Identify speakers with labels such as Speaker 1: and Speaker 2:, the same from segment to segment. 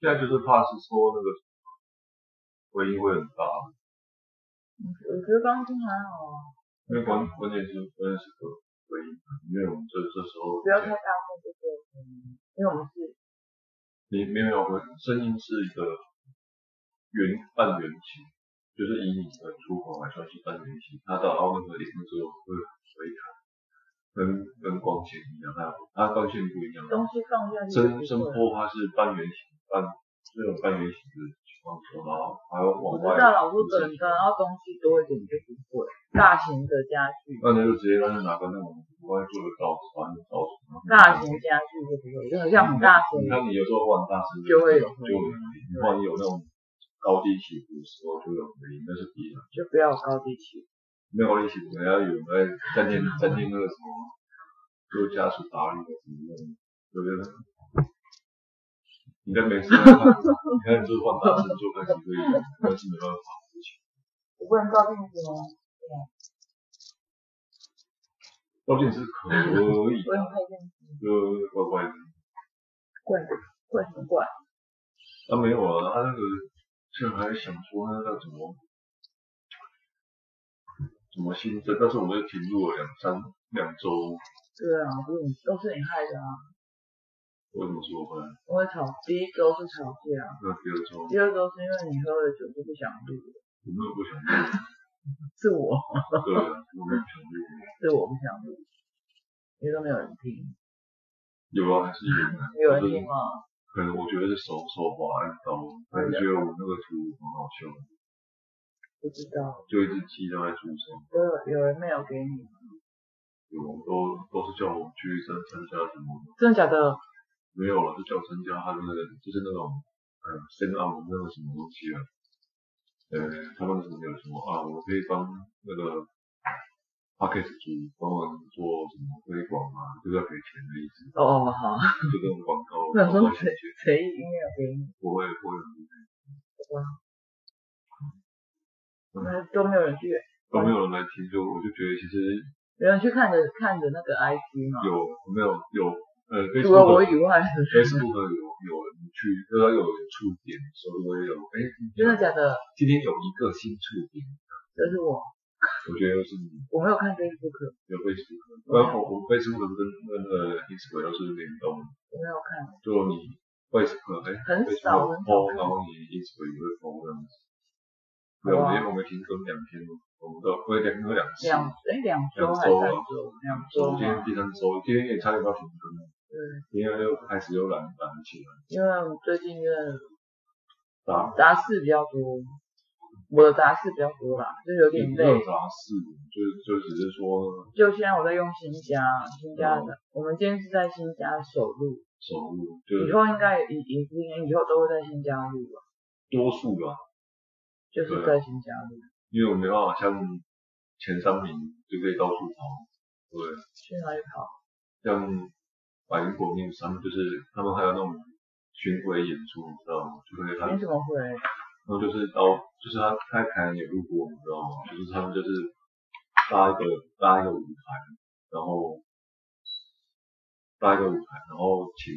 Speaker 1: 现在就是怕是说那个回音会很大，
Speaker 2: 我觉得钢筋还好啊，
Speaker 1: 因为关关键是关键是回回音，因为我们这这时候
Speaker 2: 不要太大声就可以了，因为我们是
Speaker 1: 你没有没有，我声音是一个圆半圆形，就是以你的厨房来算是半圆形，它到凹那个里面之后会回弹，跟跟光线一样，它它光线不一样，啊
Speaker 2: 东西放下去
Speaker 1: 声
Speaker 2: 就
Speaker 1: 声
Speaker 2: 不啊会了。
Speaker 1: 波它是半圆形，半这种半圆形的情况下，然后还要往
Speaker 2: 我知
Speaker 1: 外，
Speaker 2: 道了，我说等等到东西多一点就不会。大型的家具，
Speaker 1: 那你就直接让它拿个那种国外做的刀子，把那个刀子然后
Speaker 2: 大型家具就不会，就很像很大型
Speaker 1: 你
Speaker 2: 的。
Speaker 1: 看你有时候玩大声
Speaker 2: 就会有
Speaker 1: 就有回音，万一有那种高低起伏的时候就有回音，那是必然。
Speaker 2: 就不要有高低起。
Speaker 1: 没有高低起伏，人家有人在战舰战舰那个什么，就家属打理的什么的，对不对？你在没事，你看你就是换大声就开始会有，但是没办法。
Speaker 2: 我不能照镜子吗？
Speaker 1: 照镜是可以
Speaker 2: 不能
Speaker 1: 的，
Speaker 2: 照镜子，
Speaker 1: 就乖乖的。
Speaker 2: 怪怪很怪。
Speaker 1: 他没有啊，他那个现在还想说那个怎么怎么新增，但是我们就停住了两三两周，
Speaker 2: 对啊，不是你都是你害的啊！
Speaker 1: 为什么说回来？
Speaker 2: 因为吵，第一周是吵架，
Speaker 1: 那第二周
Speaker 2: 第二周是因为你喝了酒就不想录了，
Speaker 1: 我们也不想录，
Speaker 2: 是我，
Speaker 1: 对，啊我们不想录，
Speaker 2: 是我不想录，因为都没有人听，
Speaker 1: 有啊还是有啊，
Speaker 2: 有人听吗？
Speaker 1: 可能我觉得是手手滑按到，可能觉得我那个图很好笑，
Speaker 2: 不知道，
Speaker 1: 就一直记在图上，
Speaker 2: 有有人没有给你，
Speaker 1: 我们都都是叫我们去参参加什么
Speaker 2: 真的假的？
Speaker 1: 没有了，就叫参加他们那个就是那种呃 s t a n d up 那个什么东西啊，呃，他们有什么啊？我可以帮那个 p o c k e t 主帮忙做什么推广啊，就是要给钱的意思，
Speaker 2: 哦哦好，
Speaker 1: 就这种广告
Speaker 2: 那
Speaker 1: 广告钱钱，
Speaker 2: 谁一定没有给你？
Speaker 1: 不会不会，
Speaker 2: 那都没有人去，
Speaker 1: 都没有人来听，就我就觉得其实
Speaker 2: 有人去看着看着那个 IG 嘛，
Speaker 1: 有没有有呃，非
Speaker 2: 除了我以
Speaker 1: 有。
Speaker 2: 外，
Speaker 1: Facebook 有有人去，就是有人触点，所以我也有。哎、
Speaker 2: 真的假的？
Speaker 1: 今天有一个新触点，
Speaker 2: 这是我，
Speaker 1: 我觉得是你
Speaker 2: 我没有看 Facebook，
Speaker 1: 有 Facebook，然
Speaker 2: 啊
Speaker 1: 后我 Facebook 跟那个 Instagram 都是联动的，
Speaker 2: 我没有看，
Speaker 1: 就你 Facebook 哎
Speaker 2: 很少
Speaker 1: Facebook
Speaker 2: 很少
Speaker 1: PO，然后你 Instagram 也会 PO 这样子。对，啊我们因为我们停更两天了，我们都会两更两次，
Speaker 2: 两啊哎两周还是三周？两周
Speaker 1: 我今天
Speaker 2: 嘛，
Speaker 1: 第三周，今天也差点要停更了，
Speaker 2: 对。
Speaker 1: 因为又开始又懒懒起来，
Speaker 2: 因为我最近因为
Speaker 1: 杂
Speaker 2: 杂事比较多，我的杂事比较多啦，就有
Speaker 1: 也
Speaker 2: 点
Speaker 1: 没有
Speaker 2: 累。
Speaker 1: 杂事，就就只是说
Speaker 2: 就现在我在用新家，新家的，我们今天是在新家首录，
Speaker 1: 手入，就
Speaker 2: 以
Speaker 1: 是
Speaker 2: 后应该以以以以后都会在新家录吧，
Speaker 1: 多数吧，
Speaker 2: 就是在新家录。
Speaker 1: 因为我没办法像前三名就可以到处跑，对。
Speaker 2: 去哪里跑？
Speaker 1: 像百灵果面商，就是他们还有那种巡回演出，你知道吗？就是他，
Speaker 2: 你怎么会？
Speaker 1: 然后就是到，就是他他台南有录播，你知道吗？就是他们就是搭一个搭一个舞台，然后搭一个舞台，然后请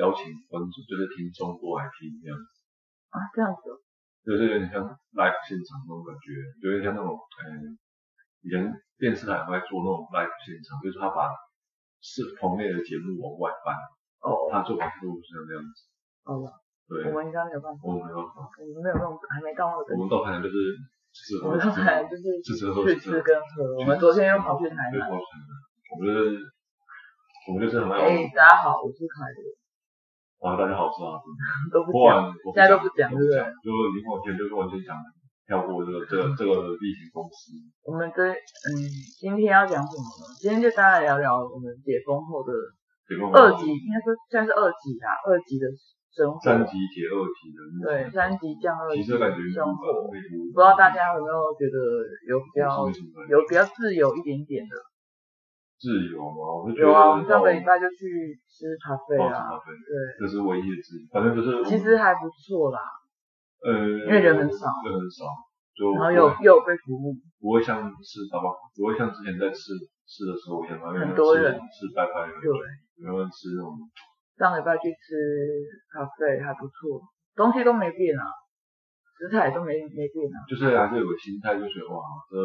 Speaker 1: 邀请观众，就是听众过来听这样子，
Speaker 2: 啊，这样子哦，
Speaker 1: 就是有点像 live 现场那种感觉，有点像那种嗯、以前电视台会做那种 live 现场，就是他把是棚内的节目往外搬。
Speaker 2: 哦
Speaker 1: 他做法都不是那样子。
Speaker 2: 好吧，
Speaker 1: 对，
Speaker 2: 我们应该没有办法，
Speaker 1: 我们没办法，
Speaker 2: 我们没有那种还没到
Speaker 1: 我
Speaker 2: 那个等级
Speaker 1: 们。到台南就是吃吃
Speaker 2: 我
Speaker 1: 喝
Speaker 2: 们
Speaker 1: 喝，
Speaker 2: 刚才就是
Speaker 1: 吃吃喝喝，
Speaker 2: 去吃跟喝，我们昨天又跑去台
Speaker 1: 对
Speaker 2: 南
Speaker 1: 跑。去我们就是我们就是很爱
Speaker 2: 哎，大家好，我是凯伦，
Speaker 1: 啊，大家好，我是阿布。
Speaker 2: 都不
Speaker 1: 不然
Speaker 2: 讲，
Speaker 1: 我
Speaker 2: 现在都不讲
Speaker 1: 就
Speaker 2: 对不对
Speaker 1: 就已经完全就是完全想跳过这个这个这个例行公司。
Speaker 2: 我们这嗯，今天要讲什么呢？今天就大家聊聊我们解封后的
Speaker 1: 结果
Speaker 2: 二级，应该说现在是二级啦，二级的生活，
Speaker 1: 三级解二级的那
Speaker 2: 对，
Speaker 1: 种，
Speaker 2: 三级降二
Speaker 1: 其
Speaker 2: 级
Speaker 1: 实感觉没什
Speaker 2: 生
Speaker 1: 么
Speaker 2: 活，
Speaker 1: 没什么
Speaker 2: 不知道大家有没有觉得有比较
Speaker 1: 没什么
Speaker 2: 有比较自由一点点的？
Speaker 1: 自由嘛，我就觉得
Speaker 2: 有啊，我们上个礼
Speaker 1: 哦
Speaker 2: 拜就去吃咖啡
Speaker 1: 哦
Speaker 2: 啊，
Speaker 1: 对
Speaker 2: 对，
Speaker 1: 这是唯一的之一，反正就是我们
Speaker 2: 其实还不错啦，
Speaker 1: 呃，
Speaker 2: 因为人很少
Speaker 1: 人很少，就
Speaker 2: 然后又又有被服务，
Speaker 1: 不会像吃早包，不会像之前在吃吃的时候一样，然后有
Speaker 2: 很多
Speaker 1: 吃
Speaker 2: 人
Speaker 1: 吃拜拜的，
Speaker 2: 对，
Speaker 1: 有人吃那种
Speaker 2: 上礼拜去吃咖啡还不错，东西都没变啊，食材都没没变啊。
Speaker 1: 就是还是有个心态，就觉得哇，这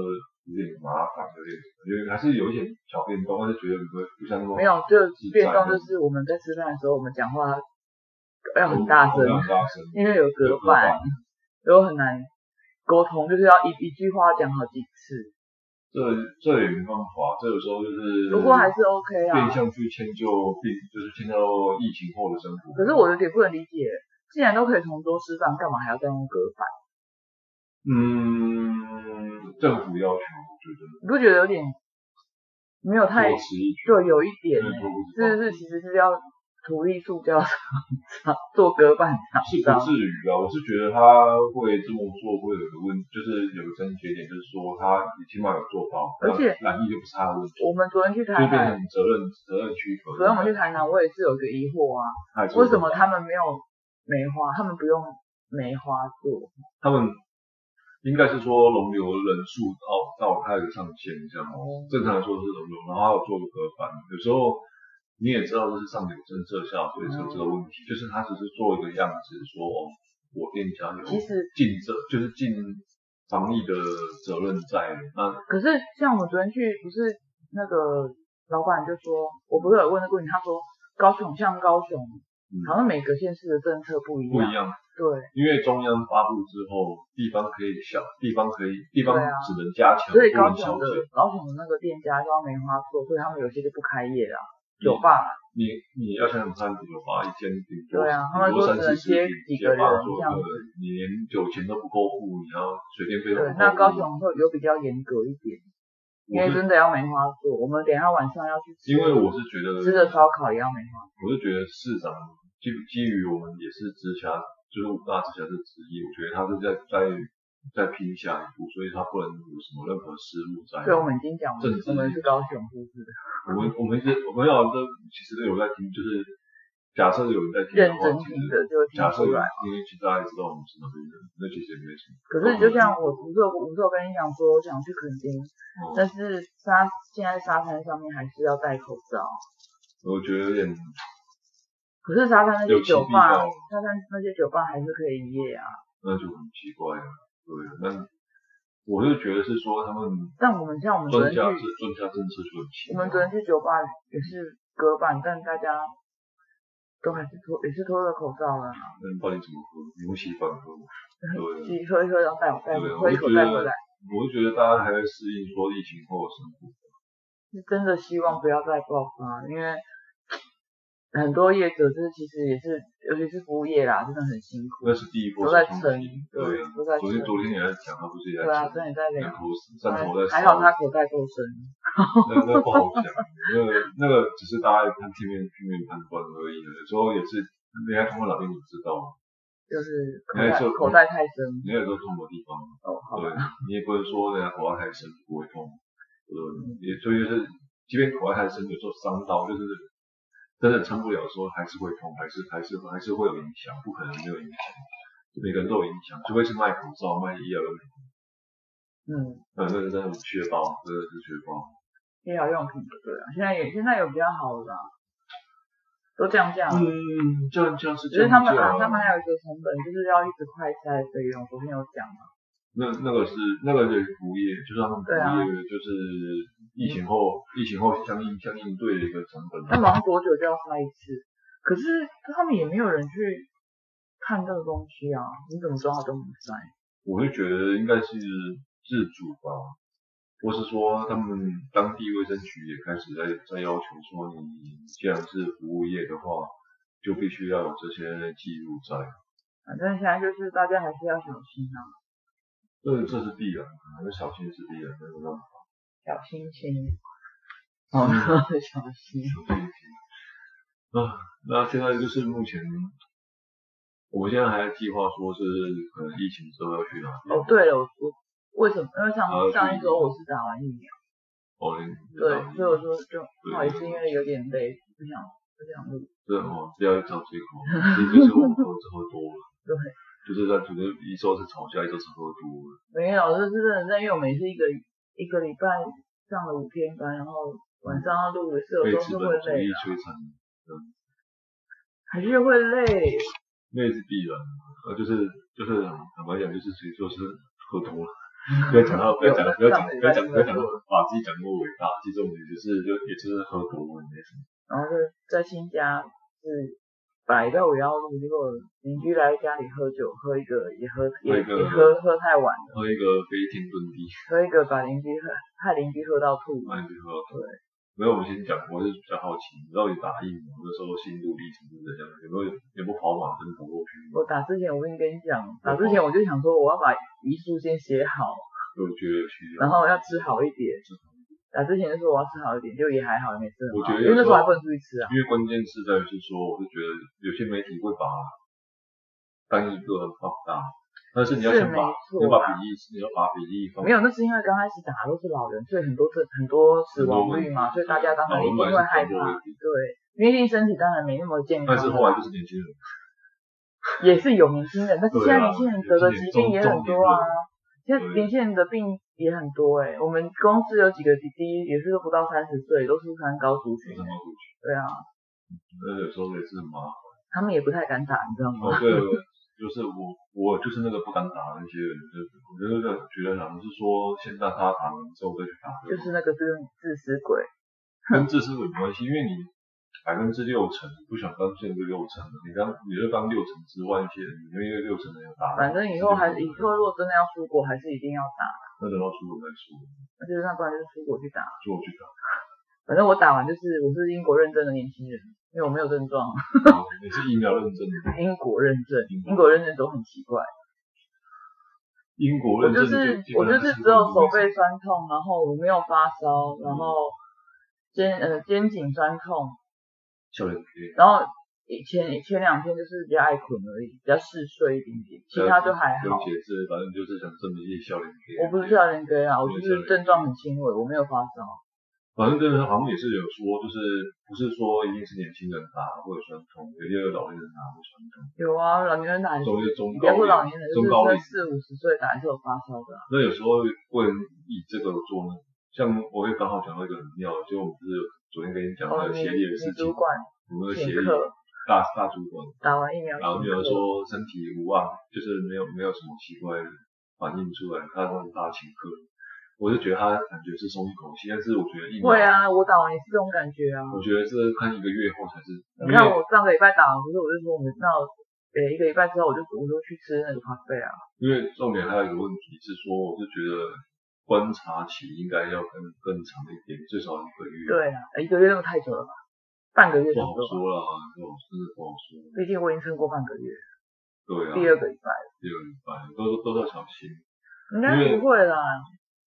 Speaker 1: 有点麻烦，有点有点还是有一点小变动，但是觉得不会不像那么
Speaker 2: 没有，就
Speaker 1: 自在
Speaker 2: 变动就是我们在吃饭的时候，我们讲话要很大声，
Speaker 1: 很大声，
Speaker 2: 因为有隔板，然后很难沟通，就是要一一句话讲好几次。
Speaker 1: 这这也没办法，这有时候就是
Speaker 2: 不过还是 OK 啊
Speaker 1: 变。相去迁就变，就是迁就疫情后的生活。
Speaker 2: 可是我有点不能理解，既然都可以同桌吃饭，干嘛还要再用隔板？
Speaker 1: 嗯，政府要求我觉得
Speaker 2: 你不觉得有点没有太
Speaker 1: 多吃一圈，
Speaker 2: 对，有一点
Speaker 1: 就是
Speaker 2: 欸
Speaker 1: 多吃
Speaker 2: 是不是其实是要土力塑胶厂商 做隔板厂
Speaker 1: 是不
Speaker 2: 商？
Speaker 1: 至于啊，我是觉得他会这么做会有个问，就是有个症结点，就是说他起码有做到，
Speaker 2: 而且
Speaker 1: 染疫就不是他的问题，
Speaker 2: 我们昨天去
Speaker 1: 就
Speaker 2: 台
Speaker 1: 变
Speaker 2: 南，
Speaker 1: 成责任责任区隔。
Speaker 2: 昨天我们去台南，我也是有一个疑惑啊，
Speaker 1: 他还是
Speaker 2: 为什么他们没有梅花？他们不用梅花做？
Speaker 1: 他们应该是说容留人数哦到到它有上限这样，
Speaker 2: 哦
Speaker 1: 正常来说是容留，然后还有做隔板，有时候你也知道这是上有政策下有对策这个问
Speaker 2: 哦
Speaker 1: 题，就是他只是做一个样子说哦，我店家有
Speaker 2: 其实
Speaker 1: 尽责就是尽防疫的责任在，那
Speaker 2: 可是像我昨天去，不是那个老板就说，我不是有问那个问题，他说高雄像高雄，
Speaker 1: 嗯
Speaker 2: 好像每个县市的政策不一
Speaker 1: 不一
Speaker 2: 样，
Speaker 1: 样，
Speaker 2: 对，
Speaker 1: 因为中央发布之后，地方可以小，地方可以，地方
Speaker 2: 对啊
Speaker 1: 只能加强，
Speaker 2: 所以
Speaker 1: 不
Speaker 2: 高
Speaker 1: 能
Speaker 2: 雄
Speaker 1: 小
Speaker 2: 的
Speaker 1: 减。
Speaker 2: 高雄的那个店家要梅花做，所以他们有些就不开业了，
Speaker 1: 嗯
Speaker 2: 酒吧啦
Speaker 1: 你你要想想看，酒吧一天顶多
Speaker 2: 对啊他们
Speaker 1: 顶多三
Speaker 2: 说
Speaker 1: 四
Speaker 2: 只
Speaker 1: 十
Speaker 2: 能接
Speaker 1: 平，
Speaker 2: 几
Speaker 1: 酒
Speaker 2: 个
Speaker 1: 吧
Speaker 2: 人
Speaker 1: 做
Speaker 2: 这样
Speaker 1: 个，你连酒钱都不够付，你要水电费都不够，付。
Speaker 2: 对那高雄会有比较严格一点，
Speaker 1: 哦
Speaker 2: 因
Speaker 1: 我
Speaker 2: 为
Speaker 1: 是
Speaker 2: 真的要梅花做。我们等一下晚上要去吃，
Speaker 1: 因为我是觉得
Speaker 2: 吃的烧烤也要梅花。
Speaker 1: 我是觉得市长基基于我们也是直辖，就是五大直辖市之一，我觉得他是在在在拼下一步，所以他不能有什么任何失误在。
Speaker 2: 对，我们已经讲我
Speaker 1: 政
Speaker 2: 们
Speaker 1: 治
Speaker 2: 我们是高雄，是不是？
Speaker 1: 我们我们是我们老师其实都有在听，就是假设有人在听的
Speaker 2: 认
Speaker 1: 话，
Speaker 2: 真
Speaker 1: 其
Speaker 2: 听
Speaker 1: 实
Speaker 2: 的就会听
Speaker 1: 假设
Speaker 2: 出
Speaker 1: 有人
Speaker 2: 来。
Speaker 1: 听，其实大家也知道我们是哪边人，那其实也没什么。
Speaker 2: 可是就像我不是有不是有跟你讲说我想去垦丁，
Speaker 1: 哦
Speaker 2: 但是沙现在沙滩上面还是要戴口罩。
Speaker 1: 我觉得有点
Speaker 2: 可是沙滩那些
Speaker 1: 有其
Speaker 2: 酒
Speaker 1: 必
Speaker 2: 吧
Speaker 1: 要，
Speaker 2: 沙滩那些酒吧还是可以营业啊。
Speaker 1: 那就很奇怪啊。对，那我是觉得是说他们
Speaker 2: 但我们像我们昨
Speaker 1: 专
Speaker 2: 天去
Speaker 1: 家，是专家政策就很奇
Speaker 2: 我
Speaker 1: 怪。
Speaker 2: 们昨天去酒吧也是隔板，但大家都还是脱也是脱了口罩了、啊。
Speaker 1: 那你到底怎么喝？牛膝饭喝？ 对啊
Speaker 2: 自己喝一喝，然后带带
Speaker 1: 对啊
Speaker 2: 喝一口带回来。
Speaker 1: 我是觉得大家还在适应说疫情后的生活。
Speaker 2: 是真的希望不要再爆发，因为很多业者就是其实也是，尤其是服务业啦，真的很辛苦，
Speaker 1: 那是第一波
Speaker 2: 都在
Speaker 1: 冲
Speaker 2: 撑
Speaker 1: 击，
Speaker 2: 对
Speaker 1: 对啊，
Speaker 2: 都在
Speaker 1: 昨天
Speaker 2: 撑
Speaker 1: 昨天也在讲，他不是也在
Speaker 2: 对啊，
Speaker 1: 讲，
Speaker 2: 真的在
Speaker 1: 两
Speaker 2: 聊。
Speaker 1: 头三头嗯在烧
Speaker 2: 还好他口袋够深，
Speaker 1: 那那不好讲，那个那个只是大家看片面片面判断而已，有时候也是人家通过哪边你知道，
Speaker 2: 就是口
Speaker 1: 哎
Speaker 2: 袋
Speaker 1: 是
Speaker 2: 口袋太深
Speaker 1: 你也都通过地方，
Speaker 2: 哦，好
Speaker 1: 对
Speaker 2: 吧，，
Speaker 1: 你也不能说人家口袋太深不会痛，对，也所以就是即便口袋太深，有时候伤到就是真的撑不了的时候还是会痛，还是还是还是会有影响，不可能没有影响，每个人都有影响，除非是卖口罩卖医疗用品，呃
Speaker 2: 嗯，
Speaker 1: 那那个真的是缺包，真的是缺包，
Speaker 2: 医疗用品对啊，现在也现在有比较好的啦，都降价了。
Speaker 1: 嗯，这样这样是
Speaker 2: 只
Speaker 1: 这
Speaker 2: 是
Speaker 1: 样
Speaker 2: 他们
Speaker 1: 讲
Speaker 2: 啊，他们还有一个成本，就是要一直快筛的费用，昨天有讲嘛，
Speaker 1: 那那个是那个是服务业，就是他们服务
Speaker 2: 对啊
Speaker 1: 业就是疫情后、疫情后相应相应对的一个成本。啊
Speaker 2: 那好像多久就要筛一次？可是他们也没有人去看这个东西啊，你怎么知道他都没筛？
Speaker 1: 我会觉得应该是自主吧，或是说他们当地卫生局也开始在在要求说，你既然是服务业的话，就必须要有这些记录在。
Speaker 2: 反正现在就是大家还是要小心啊，
Speaker 1: 这这是必然的，那小心是必然的，没有办法。
Speaker 2: 小心心，
Speaker 1: 嗯
Speaker 2: 哦， 小心。
Speaker 1: 啊，那现在就是目前，我们现在还在计划说是可能疫情之后要去哪边。
Speaker 2: 哦，对了，我我为什么？因为上
Speaker 1: 啊
Speaker 2: 上一周我是打完疫苗，
Speaker 1: 哦，你
Speaker 2: 对，所以我说就
Speaker 1: 对
Speaker 2: 不好意思，因为有点累，不想不想录。
Speaker 1: 对哦，不要找借口，其实就是我们都喝多了，
Speaker 2: 对，
Speaker 1: 就是在主要一周是吵架，一周是喝多了，
Speaker 2: 没有，就是真的在，因为我每次一个一个礼拜上了五天班，然后晚上要录的时候
Speaker 1: 被
Speaker 2: 都
Speaker 1: 资
Speaker 2: 是
Speaker 1: 本
Speaker 2: 会
Speaker 1: 主
Speaker 2: 累啊
Speaker 1: 义
Speaker 2: 的啊。
Speaker 1: 摧残。
Speaker 2: 还是会累，
Speaker 1: 那也是必然的。呃，就是就是坦白讲，就是其实就是沟通 了。不要讲到不要讲不要讲不要讲不要讲把自己讲过伟大，其实我们就是就也就是合伙人那什么。
Speaker 2: 然后就在新家是本来在我要录，结果邻居来家里喝酒，喝一个也喝也
Speaker 1: 喝一个
Speaker 2: 也喝喝太晚了，
Speaker 1: 喝一个飞天遁地，
Speaker 2: 喝一个把邻居喝害邻居喝到吐，
Speaker 1: 那你就喝到吐
Speaker 2: 对。
Speaker 1: 没有，我们先讲，我是比较好奇，你到底打印那时候心路历程是怎样？有没有有没有跑马灯跑过去？
Speaker 2: 我打之前我跟你跟你讲，打之前我就想说我要把遗书先写好，
Speaker 1: 我觉得有需要
Speaker 2: 然。后要吃好一点。打之前就说我要吃好一点，就也还好，也没吃很
Speaker 1: 我觉
Speaker 2: 好，
Speaker 1: 得
Speaker 2: 因为那时
Speaker 1: 有时候
Speaker 2: 候还不能出去吃啊。
Speaker 1: 因为关键是在于是说，我是觉得有些媒体会把单一个很放大，但是你要
Speaker 2: 是
Speaker 1: 先把
Speaker 2: 没错
Speaker 1: 你要把
Speaker 2: 啦
Speaker 1: 比例，你要把比例放
Speaker 2: 没有，那是因为刚开始打都是老人，所以很多这很多死亡率
Speaker 1: 嗯
Speaker 2: 嘛，所以大家当然一定会害怕，对，因为一定身体当然没那么健康。啊
Speaker 1: 但是后来就是年轻人，
Speaker 2: 也是有年轻人，但是现
Speaker 1: 对
Speaker 2: 在
Speaker 1: 啊
Speaker 2: 年轻人得的疾病也很多啊。现在年轻人的病也很多哎、我们公司有几个弟弟也是都不到三十岁，都是三高族群
Speaker 1: 非。常出去，
Speaker 2: 对啊，
Speaker 1: 那有时候也是很麻烦。
Speaker 2: 他们也不太敢打，你知道吗？
Speaker 1: 哦，对，就是我我就是那个不敢打的那些人，就我觉得觉得好像是说先让他打完之后再去打这
Speaker 2: 就
Speaker 1: 个，
Speaker 2: 是那个自自私鬼，
Speaker 1: 跟自身有关系，因为你百分之六成不想当这个六成的，你当你就当六成之外一些人，因为六成的人打，
Speaker 2: 反正以后还是以
Speaker 1: 以
Speaker 2: 后如果真的要出国，还是一定要打，
Speaker 1: 那等到出国再说，
Speaker 2: 那就是那不然就是出国去打。
Speaker 1: 就我去打。
Speaker 2: 反正我打完就是我是英国认证的年轻人，因为我没有症状， 啊
Speaker 1: 你是疫苗认证的，
Speaker 2: 英国认证，
Speaker 1: 英国
Speaker 2: 英国认证都很奇怪。
Speaker 1: 英国
Speaker 2: 我
Speaker 1: 认
Speaker 2: 就
Speaker 1: 证
Speaker 2: 是
Speaker 1: 的
Speaker 2: 我就是只有手背酸痛，然后我没有发烧，然后肩呃肩颈酸痛，
Speaker 1: 笑脸贴，啊
Speaker 2: 然后以前前两天就是比较爱困而已，比较嗜睡一点点，其他就还好。
Speaker 1: 解释，反正就是想证明自己笑脸贴。
Speaker 2: 我不是笑人哥啊，我就是症状很轻微，我没有发烧。
Speaker 1: 反正这个好像也是有说，就是不是说一定是年轻人打会有酸痛，有些老年人打会酸痛，
Speaker 2: 有啊，老年人打也是
Speaker 1: 所谓中
Speaker 2: 你
Speaker 1: 高
Speaker 2: 别说
Speaker 1: 龄
Speaker 2: 老年人，
Speaker 1: 中
Speaker 2: 就是
Speaker 1: 高龄，
Speaker 2: 说四五十岁打还是有发烧的啊、
Speaker 1: 那有时候为了以这个做梦，像我也刚好讲到一个很妙的，就我们不是昨天跟你讲
Speaker 2: 哦，
Speaker 1: 那个
Speaker 2: 女
Speaker 1: 协议的事
Speaker 2: 女
Speaker 1: 情
Speaker 2: 主，管
Speaker 1: 我们的协议
Speaker 2: 请客，
Speaker 1: 大大主管
Speaker 2: 打完疫苗
Speaker 1: 然后没
Speaker 2: 请
Speaker 1: 有
Speaker 2: 客，
Speaker 1: 说身体无碍，就是没有没有什么奇怪的反应出来，他让大请客，我就觉得他感觉是松一口气，但是我觉得疫苗，
Speaker 2: 会啊，我打完也是这种感觉啊。
Speaker 1: 我觉得是看一个月后才是，
Speaker 2: 你
Speaker 1: 因
Speaker 2: 看
Speaker 1: 为
Speaker 2: 我上个礼拜打完，不是我就说我们那我呃一个礼拜之后我就我就去吃那个咖啡啊，
Speaker 1: 因为重点还有一个问题是说，我是觉得观察期应该要更更长一点，最少一个月，
Speaker 2: 对啊，呃一个月那个太久了吧，半个月
Speaker 1: 不
Speaker 2: 差
Speaker 1: 好
Speaker 2: 不多
Speaker 1: 说
Speaker 2: 吧，
Speaker 1: 啊啦，不好真的不好说，
Speaker 2: 毕竟我已经撑过半个月，
Speaker 1: 对啊，
Speaker 2: 第二个礼拜
Speaker 1: 第二个礼拜都都要小心。
Speaker 2: 应该不会啦，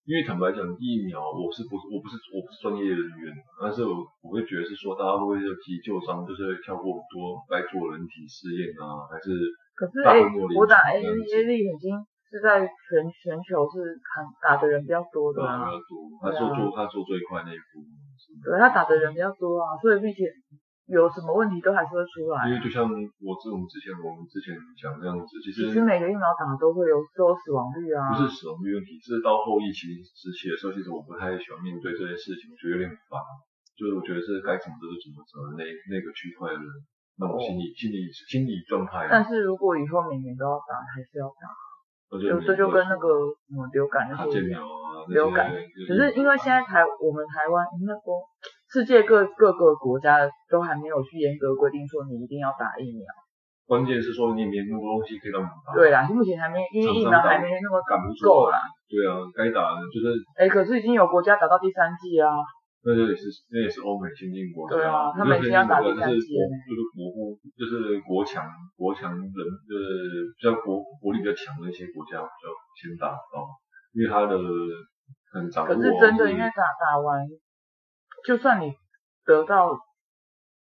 Speaker 1: 因为坦白讲，疫苗我是不我不是我不是专业人员，啊但是我我会觉得是说，大家会不会有急救伤，就是跳过很多该做人体试验啊，还是
Speaker 2: 可是
Speaker 1: 大
Speaker 2: 哎、
Speaker 1: 规模临
Speaker 2: 我打
Speaker 1: 床
Speaker 2: A
Speaker 1: 这样
Speaker 2: A
Speaker 1: 子
Speaker 2: D 已经是在全全球是看打的人比较多的
Speaker 1: 对啊，
Speaker 2: 啊
Speaker 1: 比，较多，他做做他做最快那一步，
Speaker 2: 对啊他打的人比较多啊，所以并且有什么问题都还是会出来
Speaker 1: 因
Speaker 2: 啊。
Speaker 1: 为就像我之我们之前我们之前讲这样子，其
Speaker 2: 其
Speaker 1: 实
Speaker 2: 实每个疫苗打都会有都有死亡率啊
Speaker 1: 不，是死亡率问题，是到后疫情时期的时候，其实我不太喜欢面对这些事情，我觉得有点烦。就是我觉得是该怎么着就怎么着，那那个区块的那种心
Speaker 2: 哦
Speaker 1: 理、心理心理状态啊，
Speaker 2: 但是如果以后每年都要打，还是要打。
Speaker 1: 我觉得
Speaker 2: 就这就跟那个什么流感
Speaker 1: 卡
Speaker 2: 那
Speaker 1: 介
Speaker 2: 些一
Speaker 1: 苗
Speaker 2: 样，
Speaker 1: 啊，
Speaker 2: 流感
Speaker 1: 只
Speaker 2: 只是因为现在台我们台湾应该说世界各各个国家都还没有去严格规定说你一定要打疫苗。
Speaker 1: 关键是说你没那么多东西可以让我们打，
Speaker 2: 对啦，目前还没因为疫苗还没那么
Speaker 1: 赶不出来
Speaker 2: 够啦。
Speaker 1: 对啊，该打的就是
Speaker 2: 哎、可是已经有国家打到第三季啊，
Speaker 1: 那这也是那也是欧美先进国家，
Speaker 2: 对啊
Speaker 1: 因
Speaker 2: 他
Speaker 1: 为
Speaker 2: 们已经
Speaker 1: 先
Speaker 2: 要
Speaker 1: 进
Speaker 2: 打
Speaker 1: 国
Speaker 2: 第
Speaker 1: 家
Speaker 2: 三
Speaker 1: 就是
Speaker 2: 季
Speaker 1: 国
Speaker 2: 了呢
Speaker 1: 就是国富就是国强国强人就是比较国国力比较强的一些国家比较先打到，因为它的可能掌握
Speaker 2: 可是真的
Speaker 1: 是
Speaker 2: 因为打打完，就算你得到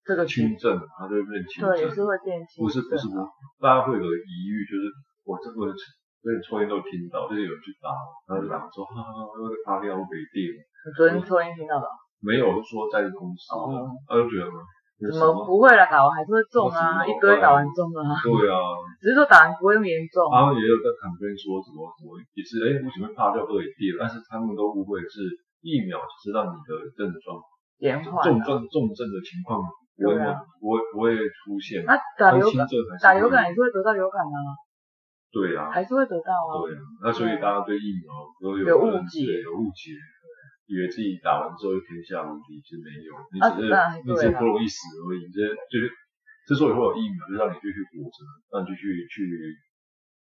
Speaker 2: 这个
Speaker 1: 轻症，它就会变轻
Speaker 2: 对，也
Speaker 1: 症
Speaker 2: 是，会变轻
Speaker 1: 不是不是
Speaker 2: 症
Speaker 1: 不
Speaker 2: 啊
Speaker 1: 是，大家会有个疑虑，就是我这个所以抽烟都听到，就是有人去打，然后就打说哈哈哈，那个发飙北电，
Speaker 2: 你昨天昨天听到的，
Speaker 1: 没有就说在公司的
Speaker 2: 哦，
Speaker 1: 他就觉得有什
Speaker 2: 怎么不会啦？打完还是会中
Speaker 1: 我
Speaker 2: 啊，
Speaker 1: 知道
Speaker 2: 一堆打完中啊，
Speaker 1: 对啊，
Speaker 2: 只是说打完不会那么严重啊。
Speaker 1: 他们也有在 complain 说什么什么，也是哎，为什么会怕掉二也跌？但是他们都误会是疫苗只是让你的症状
Speaker 2: 延缓
Speaker 1: 重
Speaker 2: 啊，
Speaker 1: 症重症的情况不会
Speaker 2: 对
Speaker 1: 满
Speaker 2: 啊
Speaker 1: 不会不会出现
Speaker 2: 那啊打
Speaker 1: 但
Speaker 2: 流
Speaker 1: 轻
Speaker 2: 感，
Speaker 1: 症还是
Speaker 2: 打流
Speaker 1: 会
Speaker 2: 感也是会得到流感啊，
Speaker 1: 对啊，
Speaker 2: 还是会得到啊。
Speaker 1: 对啊，那所以大家对疫苗都有
Speaker 2: 有误
Speaker 1: 人
Speaker 2: 解
Speaker 1: 对有误解，以为自己打完之后就天下无敌，其实没有，你
Speaker 2: 啊
Speaker 1: 只是、
Speaker 2: 当然
Speaker 1: 你只是
Speaker 2: 对啊
Speaker 1: 不容易死而已，这就是之所以会有疫苗，就让你继续活着，让你继续去。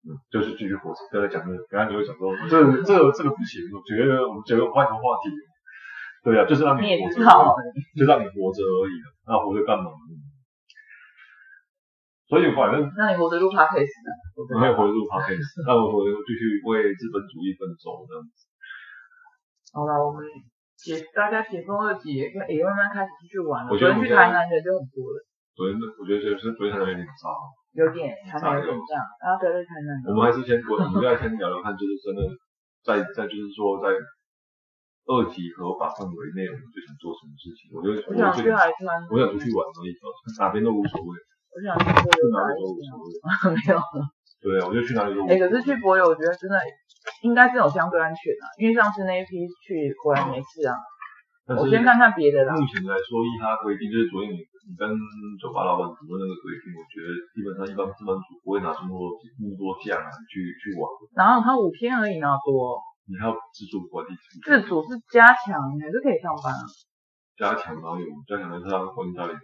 Speaker 1: 嗯，就是继续活着。不要再讲这个，刚刚你会讲说，这个这个这个不行，我觉得我们觉得换个话题。对啊，就是让
Speaker 2: 你
Speaker 1: 你
Speaker 2: 也
Speaker 1: 活
Speaker 2: 知
Speaker 1: 着
Speaker 2: 道，
Speaker 1: 而已，就让你活着而已了。那活着干嘛？嗯所以反正
Speaker 2: 那你活着录 podcast 呢？
Speaker 1: 我没有回入 podcast，那我回继续为资本主义奋斗这样子。
Speaker 2: 好了，我们解大家解封二级也可以慢慢开始出去玩了。
Speaker 1: 我觉得
Speaker 2: 昨天去
Speaker 1: 我们
Speaker 2: 台南人就很多了，
Speaker 1: 昨天我觉得就是昨天有点糟，啊
Speaker 2: 有点台南有点这样，然后不要在台南
Speaker 1: 我
Speaker 2: 了。
Speaker 1: 们还是先我们再先聊聊看，就是真的在在就是说在二级合法范围内，我们最想做什么事情？我就我
Speaker 2: 我想
Speaker 1: 最
Speaker 2: 去海滩，
Speaker 1: 我想出去玩而已，啊哪边都无所谓，
Speaker 2: 我想去博
Speaker 1: 去
Speaker 2: 友
Speaker 1: 哪
Speaker 2: 打
Speaker 1: 里
Speaker 2: 一
Speaker 1: 都无
Speaker 2: 下
Speaker 1: 所谓。
Speaker 2: 没有。
Speaker 1: 对啊，我就去哪里都无所
Speaker 2: 嗯哎、
Speaker 1: 谓。
Speaker 2: 可是去博友，我觉得真的应该是有相对安全啊，因为上次那一批去果然没事啊。
Speaker 1: 但
Speaker 2: 我
Speaker 1: 是嗯
Speaker 2: 先看看别的啦。
Speaker 1: 目前来说，依他规定，就是昨天你你跟酒吧老板讨论那个规定，我觉得基本上一般资本主不会拿出那么多那么多假来去去玩。
Speaker 2: 然后他五天而已，哪有多？
Speaker 1: 你还要自主管理组
Speaker 2: 自主是加强，还是可以上班啊？
Speaker 1: 加强哪有？加强的是他们管理家里面，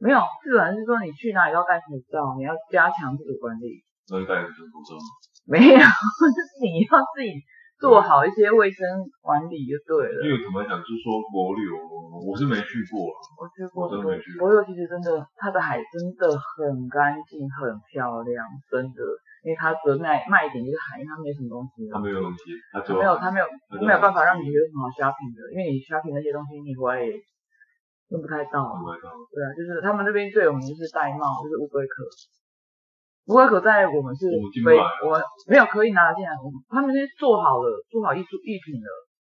Speaker 2: 没有，自然是说你去哪里都要戴口罩，你要加强自主管理。
Speaker 1: 那就戴个口罩。
Speaker 2: 没有， 就是你要自己做好一些卫生管理就对了。
Speaker 1: 因为坦白讲，就是说国旅游，我是没去过啊。
Speaker 2: 我去
Speaker 1: 我
Speaker 2: 过
Speaker 1: 真
Speaker 2: 博
Speaker 1: 的没去
Speaker 2: 博友，其实真的，它的海真的很干净、很漂亮，真的。因为它的卖卖点就是海，因为它没什么东西
Speaker 1: 他
Speaker 2: 了。
Speaker 1: 没有东西，他只有
Speaker 2: 它没有，它没有，
Speaker 1: 那
Speaker 2: 它
Speaker 1: 就
Speaker 2: 没有办法让你觉得很好 shopping 的，因为你 shopping 那些东西你回来也用不太到啊
Speaker 1: 坦。白讲，
Speaker 2: 对啊，就是他们那边最有名就是玳瑁，就是乌龟壳。乌龟壳在我们是
Speaker 1: 我们进不
Speaker 2: 非
Speaker 1: 来啊
Speaker 2: 我们没有可以拿得进来，我们他们是做好了，做好艺术艺品了，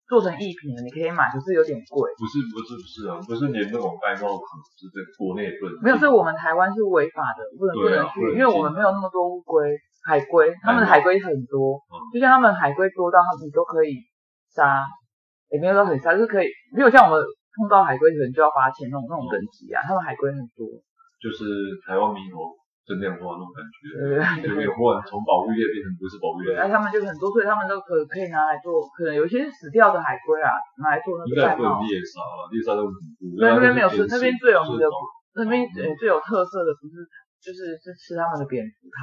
Speaker 2: 做成艺品了，你可以买，可是有点贵。
Speaker 1: 不是不是不是啊，不是连那种戴帽子，是在国内也不能进
Speaker 2: 没有，所以我们台湾是违法的，不能不
Speaker 1: 对啊
Speaker 2: 能去
Speaker 1: 不能，
Speaker 2: 因为我们没有那么多乌龟、海龟，他们的海龟很多
Speaker 1: 嗯，
Speaker 2: 就像他们海龟多到他们都可以杀，也没有说很杀，就是可以，没有像我们碰到海龟可能就要罚钱那种那种等级啊，他们海龟很多，
Speaker 1: 就是台湾猕猴正量化那种感觉，
Speaker 2: 对不对？
Speaker 1: 有没有？忽然从保育业变成不是保育业，
Speaker 2: 对，那他们就很多，所以他们都可可以拿来做，可能有一些死掉的海龟啊，拿来做那
Speaker 1: 应
Speaker 2: 个
Speaker 1: 该也
Speaker 2: 玳
Speaker 1: 不能
Speaker 2: 瑁。
Speaker 1: 猎杀了，猎杀都很恐怖。
Speaker 2: 对那边没有
Speaker 1: 就
Speaker 2: 吃
Speaker 1: 是
Speaker 2: 那边最有名的
Speaker 1: 吃饱
Speaker 2: 那边呃最有特色的不是就是是吃他们的蝙蝠汤，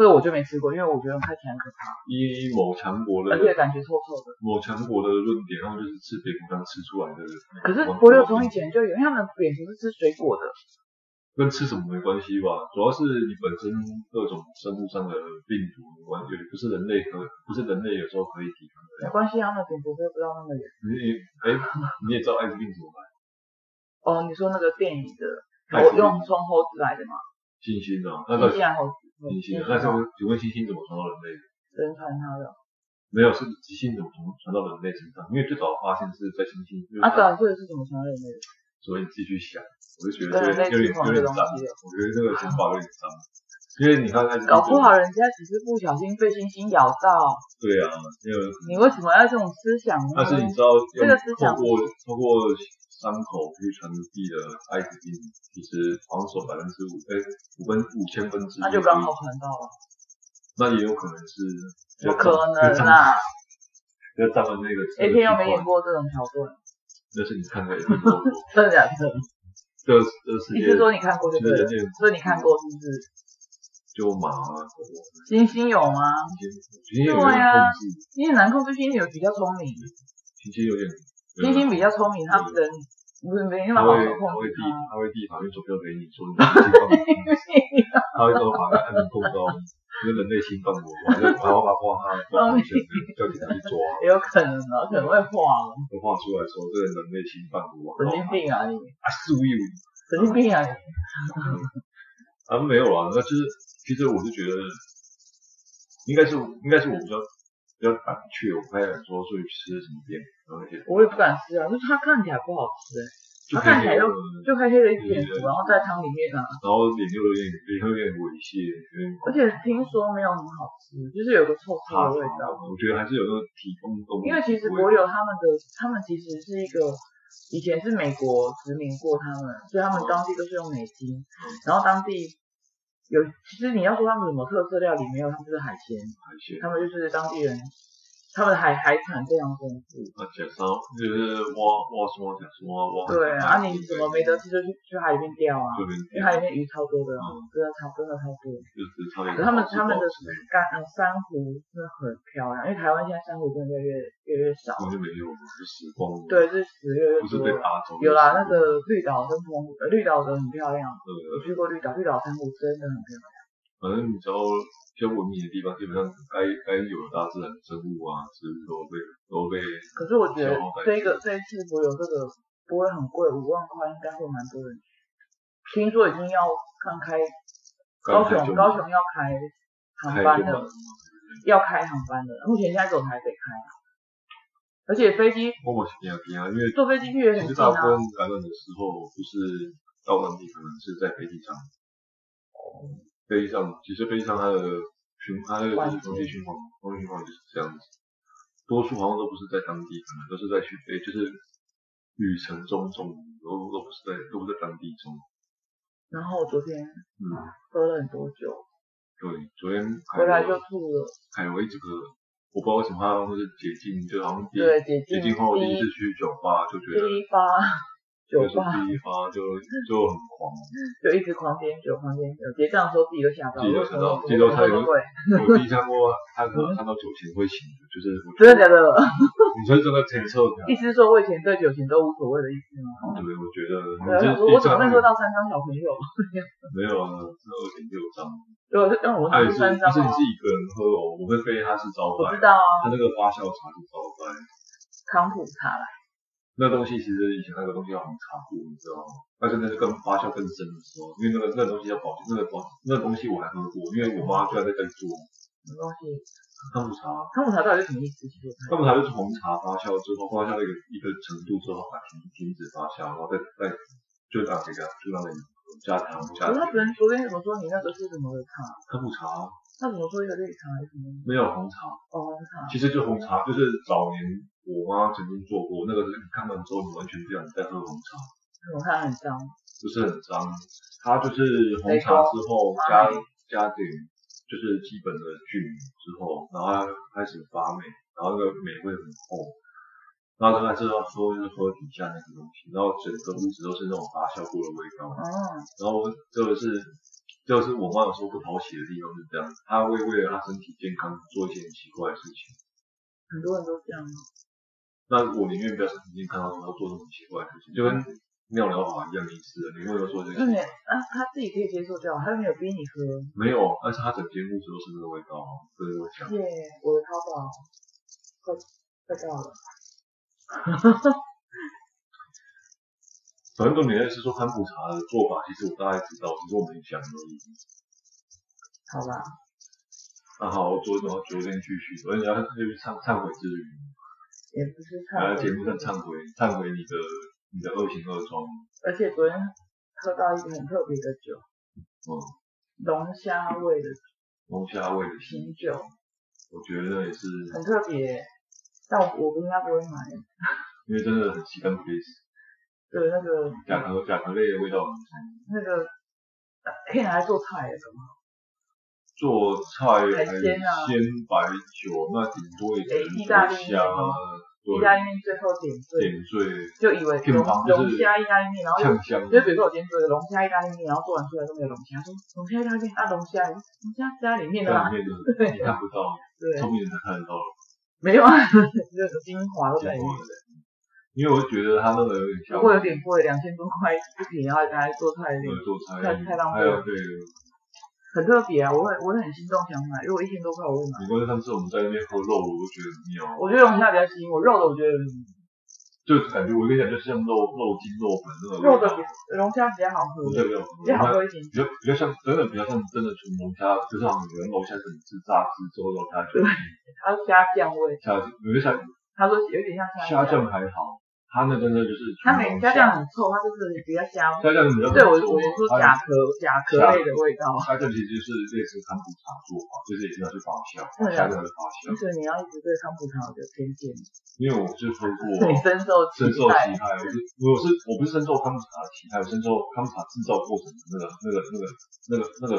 Speaker 2: 那个我就没吃过，因为我觉得看起来很可怕，
Speaker 1: 依某强国的
Speaker 2: 而且感觉臭臭的。
Speaker 1: 某强国的论点，他们就是吃蝙蝠汤吃出来的。
Speaker 2: 可是博六从以前就有，因为他们蝙蝠是吃水果的，
Speaker 1: 跟吃什么没关系吧，主要是你本身各种生物上的病毒有关，也不是人类可不是人类有时候可以抵抗
Speaker 2: 没
Speaker 1: 的。
Speaker 2: 关系，他们蝙蝠飞不到那么远。
Speaker 1: 你哎、你也知道艾滋病怎么来？
Speaker 2: 哦，你说那个电影的，
Speaker 1: 艾滋
Speaker 2: 我
Speaker 1: 病
Speaker 2: 用从猴子来的嘛，
Speaker 1: 星星啊，那
Speaker 2: 新
Speaker 1: 个
Speaker 2: 西兰猴子，
Speaker 1: 星星啊，那
Speaker 2: 那
Speaker 1: 时候请问星星怎么传到人类？
Speaker 2: 人传他的。
Speaker 1: 没有，是急性怎么传传到人类身上？因为最早发现是在猩猩，就是
Speaker 2: 啊，对
Speaker 1: 它
Speaker 2: 啊，这个是怎么传人类的？
Speaker 1: 所以你自己去想，我就觉得
Speaker 2: 跟
Speaker 1: 有
Speaker 2: 人类
Speaker 1: 点有点有点
Speaker 2: 吃同一个
Speaker 1: 脏，
Speaker 2: 东西
Speaker 1: 我觉得这个想法有点脏，因为你看艾滋病
Speaker 2: 搞不好人家只是不小心被猩猩咬到，
Speaker 1: 对啊，因为
Speaker 2: 你为什么要这种思想呢？
Speaker 1: 但是你知道，
Speaker 2: 这个思想
Speaker 1: 透过透过伤口去传递的艾滋病，其实防守百分之五，哎，五分五千分之一
Speaker 2: 那就刚好传到了，
Speaker 1: 那也有可能是
Speaker 2: 不可能啦
Speaker 1: 要占了那个
Speaker 2: ！A 片又没演
Speaker 1: 过，
Speaker 2: 过这种桥段，
Speaker 1: 那是你看的 A 片过多，
Speaker 2: 真的假的？
Speaker 1: 这个这个世
Speaker 2: 你
Speaker 1: 界
Speaker 2: 是说你看过就
Speaker 1: 其
Speaker 2: 对
Speaker 1: 实人
Speaker 2: 了，
Speaker 1: 类
Speaker 2: 所以你看过是不是？
Speaker 1: 就马啊狗啊，
Speaker 2: 猩猩有吗？
Speaker 1: 其实有点
Speaker 2: 对
Speaker 1: 控
Speaker 2: 啊
Speaker 1: 制，
Speaker 2: 猩猩难控制，猩猩有比较聪
Speaker 1: 嗯
Speaker 2: 明，
Speaker 1: 其实有点
Speaker 2: 猩猩比较聪明，它人不是没那
Speaker 1: 他
Speaker 2: 么好
Speaker 1: 会
Speaker 2: 手
Speaker 1: 他
Speaker 2: 控
Speaker 1: 会
Speaker 2: 制
Speaker 1: 递
Speaker 2: 它。
Speaker 1: 他会递法律投票给你，说你的侵犯我的东西，他会说法律按你控告你，因为人类侵犯我，我还要我还要把话他抓起来，叫警察去抓，
Speaker 2: 也有可能啊，可能会化了，
Speaker 1: 都画出来说这个人类侵犯我，
Speaker 2: 神经病啊你，
Speaker 1: 啊，是无有，
Speaker 2: 神经病啊你！
Speaker 1: 啊没有啊，那就是其实我是觉得应该是应该是我比较比较胆怯，我不太敢说所以吃什么点，然后一些
Speaker 2: 我也不敢吃啊，就是它看起来不好吃欸，
Speaker 1: 就
Speaker 2: 它
Speaker 1: 可以
Speaker 2: 看起来就就黑黑的一片，
Speaker 1: 对对对
Speaker 2: 然后在汤里面啊。
Speaker 1: 然后脸就有点脸会有点猥亵，有点
Speaker 2: 而且听说没有很好吃，就是有个臭臭
Speaker 1: 怕
Speaker 2: 的味道。
Speaker 1: 啊我觉得还是有那个提供动物
Speaker 2: 因为其实
Speaker 1: 味
Speaker 2: 国友他们的，他们其实是一个以前是美国殖民过他们，所以他们当地都是用美
Speaker 1: 嗯
Speaker 2: 金，然后当地有，其实你要说他们有什么特色料理没有，他们就是海鲜，
Speaker 1: 海鲜，
Speaker 2: 他们就是当地人，他们的海海产非常丰富。
Speaker 1: 啊，假山就是挖挖什么，假山挖挖。
Speaker 2: 对啊，你怎么没得？吃就去去海里面钓啊？
Speaker 1: 对面
Speaker 2: 因为海里面鱼超多的啊
Speaker 1: 嗯，
Speaker 2: 真的超真的超多。
Speaker 1: 就是差点
Speaker 2: 可是他们他们的干呃珊瑚真的很漂亮，因为台湾现在珊瑚真的越来越越来越少。
Speaker 1: 我就没有，是时光。，
Speaker 2: 对，是死越来越
Speaker 1: 不是
Speaker 2: 多
Speaker 1: 被
Speaker 2: 了。
Speaker 1: 打走。
Speaker 2: 有啦，那个绿岛跟澎湖，呃绿岛的很漂亮，我
Speaker 1: 呃，
Speaker 2: 去过绿岛，绿岛珊瑚真的很漂亮。
Speaker 1: 反正你只要比较文明的地方，基本上该该有的大自然生物啊、植物都被都被
Speaker 2: 可是我觉得
Speaker 1: 小红白
Speaker 2: 这一个这一次我有这个不会很贵，五万块应该会蛮多人去。听说已经要刚开，高
Speaker 1: 刚才就
Speaker 2: 雄高雄要开航班
Speaker 1: 开就
Speaker 2: 了
Speaker 1: 满，
Speaker 2: 要开航班了，目前现在走台北开啊，而且飞机
Speaker 1: 我往前边啊，因为
Speaker 2: 坐飞机去也很
Speaker 1: 其实
Speaker 2: 近
Speaker 1: 大部
Speaker 2: 啊
Speaker 1: 分。展览的时候，就是到当地可能是在飞机上，飞机上其实飞机上它的循它那个就是空气循环，空气循环就是这样子。多数好像都不是在当地，可能都是在去飞，就是旅程中中都都不是在都不是在当地中。
Speaker 2: 然后我昨天
Speaker 1: 嗯，
Speaker 2: 喝了很多酒，
Speaker 1: 对，昨天海
Speaker 2: 回来
Speaker 1: 螺
Speaker 2: 就吐了。
Speaker 1: 海威这个，我不知道为什么他会是解禁，就好像第
Speaker 2: 对，解
Speaker 1: 解
Speaker 2: 禁
Speaker 1: 禁后第
Speaker 2: 第
Speaker 1: 一
Speaker 2: 一
Speaker 1: 次去酒吧就觉得
Speaker 2: 第一发
Speaker 1: 就
Speaker 2: 酒
Speaker 1: 是
Speaker 2: 吧
Speaker 1: 第一发就就很狂。
Speaker 2: 就一直狂点酒，狂点酒，结账的时候自己都吓到，
Speaker 1: 自己都
Speaker 2: 为什么
Speaker 1: 吓到
Speaker 2: 我这么贵，
Speaker 1: 我第一下过，他可能看到酒钱会醒的，就是我
Speaker 2: 真的假的？
Speaker 1: 你说这个前奏的，
Speaker 2: 意思是说我以前对酒钱都无所谓的意思吗？
Speaker 1: 对，我觉得
Speaker 2: 对啊，我想说我怎么会喝到三张小朋友？
Speaker 1: 没有啊，是二点六张，
Speaker 2: 对，啊我就让我
Speaker 1: 他也
Speaker 2: 喝
Speaker 1: 是，
Speaker 2: 三张
Speaker 1: 但是你
Speaker 2: 啊
Speaker 1: 是，一个人喝哦，我会飞他是招
Speaker 2: 我
Speaker 1: 牌
Speaker 2: 知，道啊，
Speaker 1: 他那个发酵茶是招牌，
Speaker 2: 康普茶啦，
Speaker 1: 那东西其实以前那个东西要很茶过，你知道吗？但是那个更发酵更深的时候，因为那个那个东西要保那个保那个东西我还喝过，因为我妈居然在那里做
Speaker 2: 什么东西？
Speaker 1: 康普茶，
Speaker 2: 康普茶到底是什么意思？其实我
Speaker 1: 康
Speaker 2: 不太
Speaker 1: 普茶就是红茶发酵之后，发酵到一个一个程度之后，把停停止发酵，然后再再就让给它就让你加糖加
Speaker 2: 可是他
Speaker 1: 甜
Speaker 2: 昨天昨天怎么说你那个是什么的茶？
Speaker 1: 康普茶
Speaker 2: 他怎么说一个绿茶还是什么？
Speaker 1: 没有红茶。
Speaker 2: 哦，红茶。
Speaker 1: 其实就红茶，就是早年我妈曾经做过，那个是你看完之后你完全不想再喝红茶，
Speaker 2: 我看很脏，
Speaker 1: 就是很脏。它就是红茶之后加加点就是基本的菌之后，然后它开始发霉，然后那个霉会很厚。然后刚开始要喝就是喝底下那个东西，然后整个屋子都是那种发酵过的味道。
Speaker 2: 嗯，
Speaker 1: 然后这个是，这个是我妈有说不讨喜的地方是这样，她会为了她身体健康做一件奇怪的事情。
Speaker 2: 很多人都这样。
Speaker 1: 那我宁愿不要身体健康，然后做这种奇怪的事情，就跟尿疗法一样意思。你为了说这
Speaker 2: 那
Speaker 1: 个
Speaker 2: 你啊，他自己可以接受就好，他又没有逼你喝。
Speaker 1: 没有，但是他整间屋子都是那个味道，所以我想，
Speaker 2: 耶，我的淘宝快快到了。
Speaker 1: 反正重点是说康普茶的做法，其实我大概知道，只是我没想而已。
Speaker 2: 好吧，
Speaker 1: 那好，我昨天我昨天去许多，而且他去忏忏悔之旅，
Speaker 2: 啊也不是
Speaker 1: 然
Speaker 2: 太
Speaker 1: 后节目上忏悔，忏悔你的你的恶行恶状，
Speaker 2: 而且昨天喝到一个很特别的酒，
Speaker 1: 嗯，
Speaker 2: 龙虾味的
Speaker 1: 龙虾味的心，
Speaker 2: 啤酒，
Speaker 1: 我觉得也是，
Speaker 2: 很特别。但我我不应该不会买。
Speaker 1: 因为真的很西干苦力，
Speaker 2: 对，那个
Speaker 1: 甲壳甲壳类的味道很重。
Speaker 2: 那个呃可以拿来做菜的，
Speaker 1: 做菜
Speaker 2: 海鲜啊
Speaker 1: 鲜白酒，那顶多也只能
Speaker 2: 哎意大利
Speaker 1: 做
Speaker 2: 那
Speaker 1: 虾
Speaker 2: 种，意
Speaker 1: 对，
Speaker 2: 大利面最后点缀，
Speaker 1: 点缀
Speaker 2: 就以为
Speaker 1: 片
Speaker 2: 龙
Speaker 1: 方就是
Speaker 2: 龙虾意大利面，然后又
Speaker 1: 呛香，
Speaker 2: 就比如说我今天做一个龙虾意大利面，然后做完出来都没有龙虾，说龙虾意大利面，啊龙虾，龙虾家里面的
Speaker 1: 在
Speaker 2: 啦，
Speaker 1: 里面的你看不到，
Speaker 2: 啊对，
Speaker 1: 聪明人才看得到。
Speaker 2: 没有啊， 这个精华都在里面。
Speaker 1: 因为我觉得他那个有点像
Speaker 2: 不过有点贵，两千多块一瓶，然后拿来做菜，
Speaker 1: 呃做菜，
Speaker 2: 太太浪
Speaker 1: 还
Speaker 2: 费
Speaker 1: 有
Speaker 2: 了
Speaker 1: 对，
Speaker 2: 很特别啊！我会我会很心动想买，如果一千多块我会买。
Speaker 1: 你关键上次我们在那边喝肉，我都觉得很妙，
Speaker 2: 我觉得龙虾比较吸引我，肉的我觉得
Speaker 1: 就感觉我跟你讲，就像肉肉筋肉粉那个
Speaker 2: 肉
Speaker 1: 味道
Speaker 2: 的比龙虾比较好喝，
Speaker 1: 不
Speaker 2: 比
Speaker 1: 对，没有，
Speaker 2: 较好喝一点。
Speaker 1: 比较比较像真的比较像真的纯龙虾，就像你们龙虾整只炸汁之后肉虾卷
Speaker 2: 它是虾酱味，
Speaker 1: 下去，我就想
Speaker 2: 他说有点像
Speaker 1: 虾酱
Speaker 2: 酱，
Speaker 1: 还好，嗯他那真的就是
Speaker 2: 他每家教很臭，他就是比较香。
Speaker 1: 家教你比较
Speaker 2: 对我我说
Speaker 1: 哎
Speaker 2: 甲壳甲壳类的味道，
Speaker 1: 家教其实就是类似康普茶做法，就是一定要去发酵，
Speaker 2: 对
Speaker 1: 家
Speaker 2: 啊
Speaker 1: 教的发酵。
Speaker 2: 所以你要一直对康普茶有偏见，
Speaker 1: 因为我是喝过
Speaker 2: 你深受其
Speaker 1: 深受
Speaker 2: 害
Speaker 1: 其。害，我是我是我不是深受康普茶的其害，我深受康普茶制造过程的那个那个那个那个那个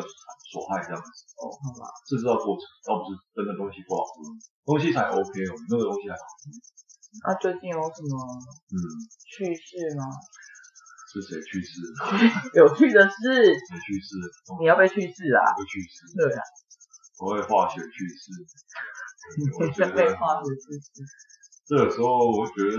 Speaker 1: 所害这样子。
Speaker 2: 哦，好吧，
Speaker 1: 制造过程，倒不是真的东西不好喝，东西才 OK 哦，那个东西还好。
Speaker 2: 那最近有什么
Speaker 1: 嗯，
Speaker 2: 趣事吗？
Speaker 1: 是谁去世？
Speaker 2: 有趣的事，
Speaker 1: 谁去世？
Speaker 2: 你要被去世啊？
Speaker 1: 会去世，
Speaker 2: 对啊，
Speaker 1: 我会化学去世。我
Speaker 2: 你
Speaker 1: 觉
Speaker 2: 被
Speaker 1: 得
Speaker 2: 化学去世。
Speaker 1: 这个时候，我觉得，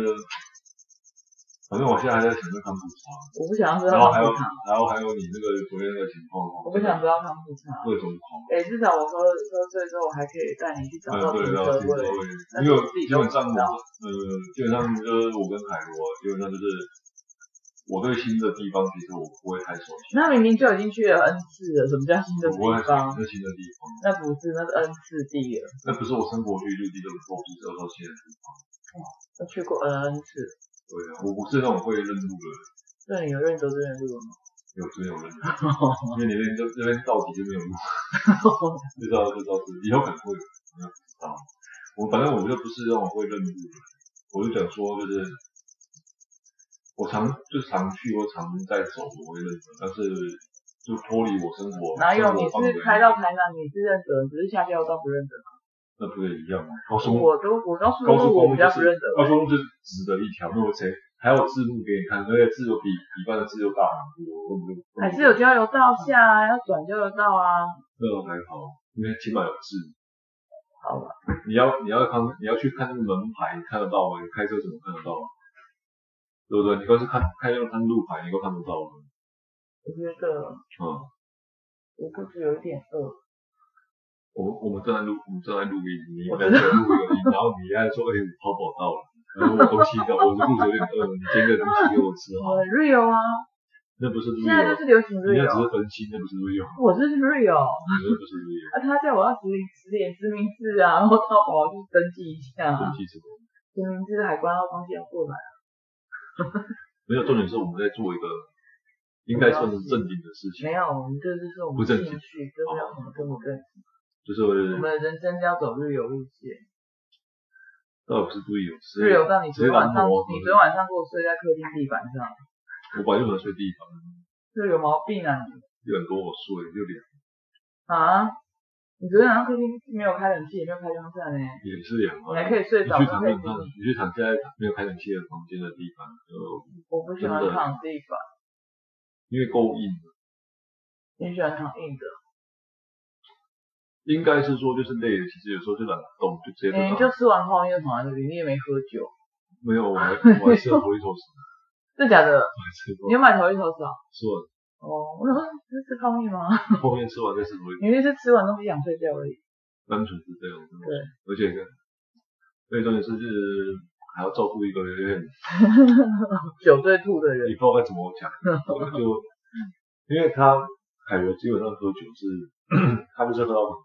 Speaker 1: 反正我现在还在想着康普茶，
Speaker 2: 我不想要知
Speaker 1: 然后
Speaker 2: 道
Speaker 1: 还
Speaker 2: 康
Speaker 1: 有
Speaker 2: 普茶，
Speaker 1: 然后还有你那个昨天那个情况，
Speaker 2: 我不想知道康普茶。
Speaker 1: 各种狂。
Speaker 2: 哎、至少我喝喝醉之后，我还可以带你去找
Speaker 1: 嗯，
Speaker 2: 到
Speaker 1: 对，
Speaker 2: 停
Speaker 1: 然
Speaker 2: 车
Speaker 1: 后
Speaker 2: 位。
Speaker 1: 因为基本上我，呃，基本上就是我跟海螺，基本上就是我对新的地方，其实我不会太熟悉，
Speaker 2: 那明明就已经去了 N 次了，什么叫新的
Speaker 1: 我不会很
Speaker 2: 地方？
Speaker 1: 熟悉新的地方。
Speaker 2: 那不是，那是 N 次地了，
Speaker 1: 那不是我生活区绿地，就是说不是说现在地方。
Speaker 2: 我去过 N 次。
Speaker 1: 对啊，我不是那种会认路的人，
Speaker 2: 那你有认得这认路吗？
Speaker 1: 有真有认 路，因为你那边就那边到底就没有路，就知道就知道是以后可能会有，我也不知道。我反正我就不是那种会认路的人，我就想说就是我常就常去或常在走，我会认得，但是就脱离我生活
Speaker 2: 哪有？
Speaker 1: 生
Speaker 2: 你
Speaker 1: 活范围
Speaker 2: 是开到台南，你是认得，只是下交道不认得。
Speaker 1: 那不是一样吗？高速
Speaker 2: 我都我告诉
Speaker 1: 高速
Speaker 2: 路我
Speaker 1: 公路
Speaker 2: 比
Speaker 1: 就
Speaker 2: 较不认
Speaker 1: 是哦
Speaker 2: 得。
Speaker 1: 高速公路就是直的一条，那我谁还有字幕给你看，那个字有比比一般的字又大很多，我们就
Speaker 2: 还是有交流道下啊，要转交流道啊。
Speaker 1: 那种还好，因为起码有字。
Speaker 2: 好吧，
Speaker 1: 你要你要看你要去看那个门牌，你看得到吗？你开车怎么看得到？对不对？你光是看看那个看路牌，你都看不到了。
Speaker 2: 我觉得
Speaker 1: 嗯，
Speaker 2: 我肚子有一点饿。
Speaker 1: 我们我们正在录我们正在录音，你在这录一个音，然后你还说哎、我淘宝到了，然后我东西到，我的肚子有点饿，你煎个东西给我吃好了，
Speaker 2: 我很 real 啊，
Speaker 1: 那不是路
Speaker 2: 现
Speaker 1: 由
Speaker 2: 在就是，哦流行
Speaker 1: 人家只是
Speaker 2: real。
Speaker 1: 分心，那不是路由，
Speaker 2: 我是 real，
Speaker 1: 那不是哦路由。
Speaker 2: 啊，他叫我要实名实点实名制啊，然后淘宝去登记一下、
Speaker 1: 东
Speaker 2: 啊，
Speaker 1: 西什么？
Speaker 2: 实名制海关要东西要过来。
Speaker 1: 没有，重点是我们在做一个应该算是正经的事情
Speaker 2: 没，有，我们这就是我
Speaker 1: 不
Speaker 2: 们兴
Speaker 1: 正
Speaker 2: 趣，
Speaker 1: 经哦
Speaker 2: 就没有什么跟不正经。
Speaker 1: 就是
Speaker 2: 我们的人生是要走日游路线，
Speaker 1: 倒不是故意有，是
Speaker 2: 日游到你
Speaker 1: 直接
Speaker 2: 昨天晚
Speaker 1: 拦
Speaker 2: 上，
Speaker 1: 我，
Speaker 2: 你昨天晚上给我睡在客厅地板上，
Speaker 1: 我本来就很睡地板，
Speaker 2: 这有毛病啊你！
Speaker 1: 六点多我睡，六点
Speaker 2: 啊，你昨天晚上客厅没有开冷气，也没有开风扇呢，
Speaker 1: 也是凉
Speaker 2: 你
Speaker 1: 啊。
Speaker 2: 还可以睡
Speaker 1: 你
Speaker 2: 着，
Speaker 1: 去
Speaker 2: 就
Speaker 1: 躺
Speaker 2: 可以
Speaker 1: 那上，你去躺现在没有开冷气的房间的地方，呃，
Speaker 2: 我不喜欢
Speaker 1: 真的
Speaker 2: 躺地板，
Speaker 1: 因为够硬，
Speaker 2: 你喜欢躺硬的，
Speaker 1: 应该是说就是累了，其实有时候就懒得动，就直接
Speaker 2: 你
Speaker 1: 躺。
Speaker 2: 哎就吃完泡面就躺在那里，你也没喝酒，
Speaker 1: 没有，我 还我还吃了头一头屎，
Speaker 2: 真假的？
Speaker 1: 我还吃过
Speaker 2: 你，有买头一头是吧？
Speaker 1: 吃完
Speaker 2: 哦，我想说这是泡面吗？
Speaker 1: 后面吃完再吃头一
Speaker 2: 你那是吃完东西想睡觉而已。
Speaker 1: 单纯是这样，真的
Speaker 2: 对，
Speaker 1: 而且最重点是就是还要照顾一个有点
Speaker 2: 酒醉吐的人
Speaker 1: 你不知道该怎 么讲，我就因为他凯伦基本上喝酒是， 他就是喝到很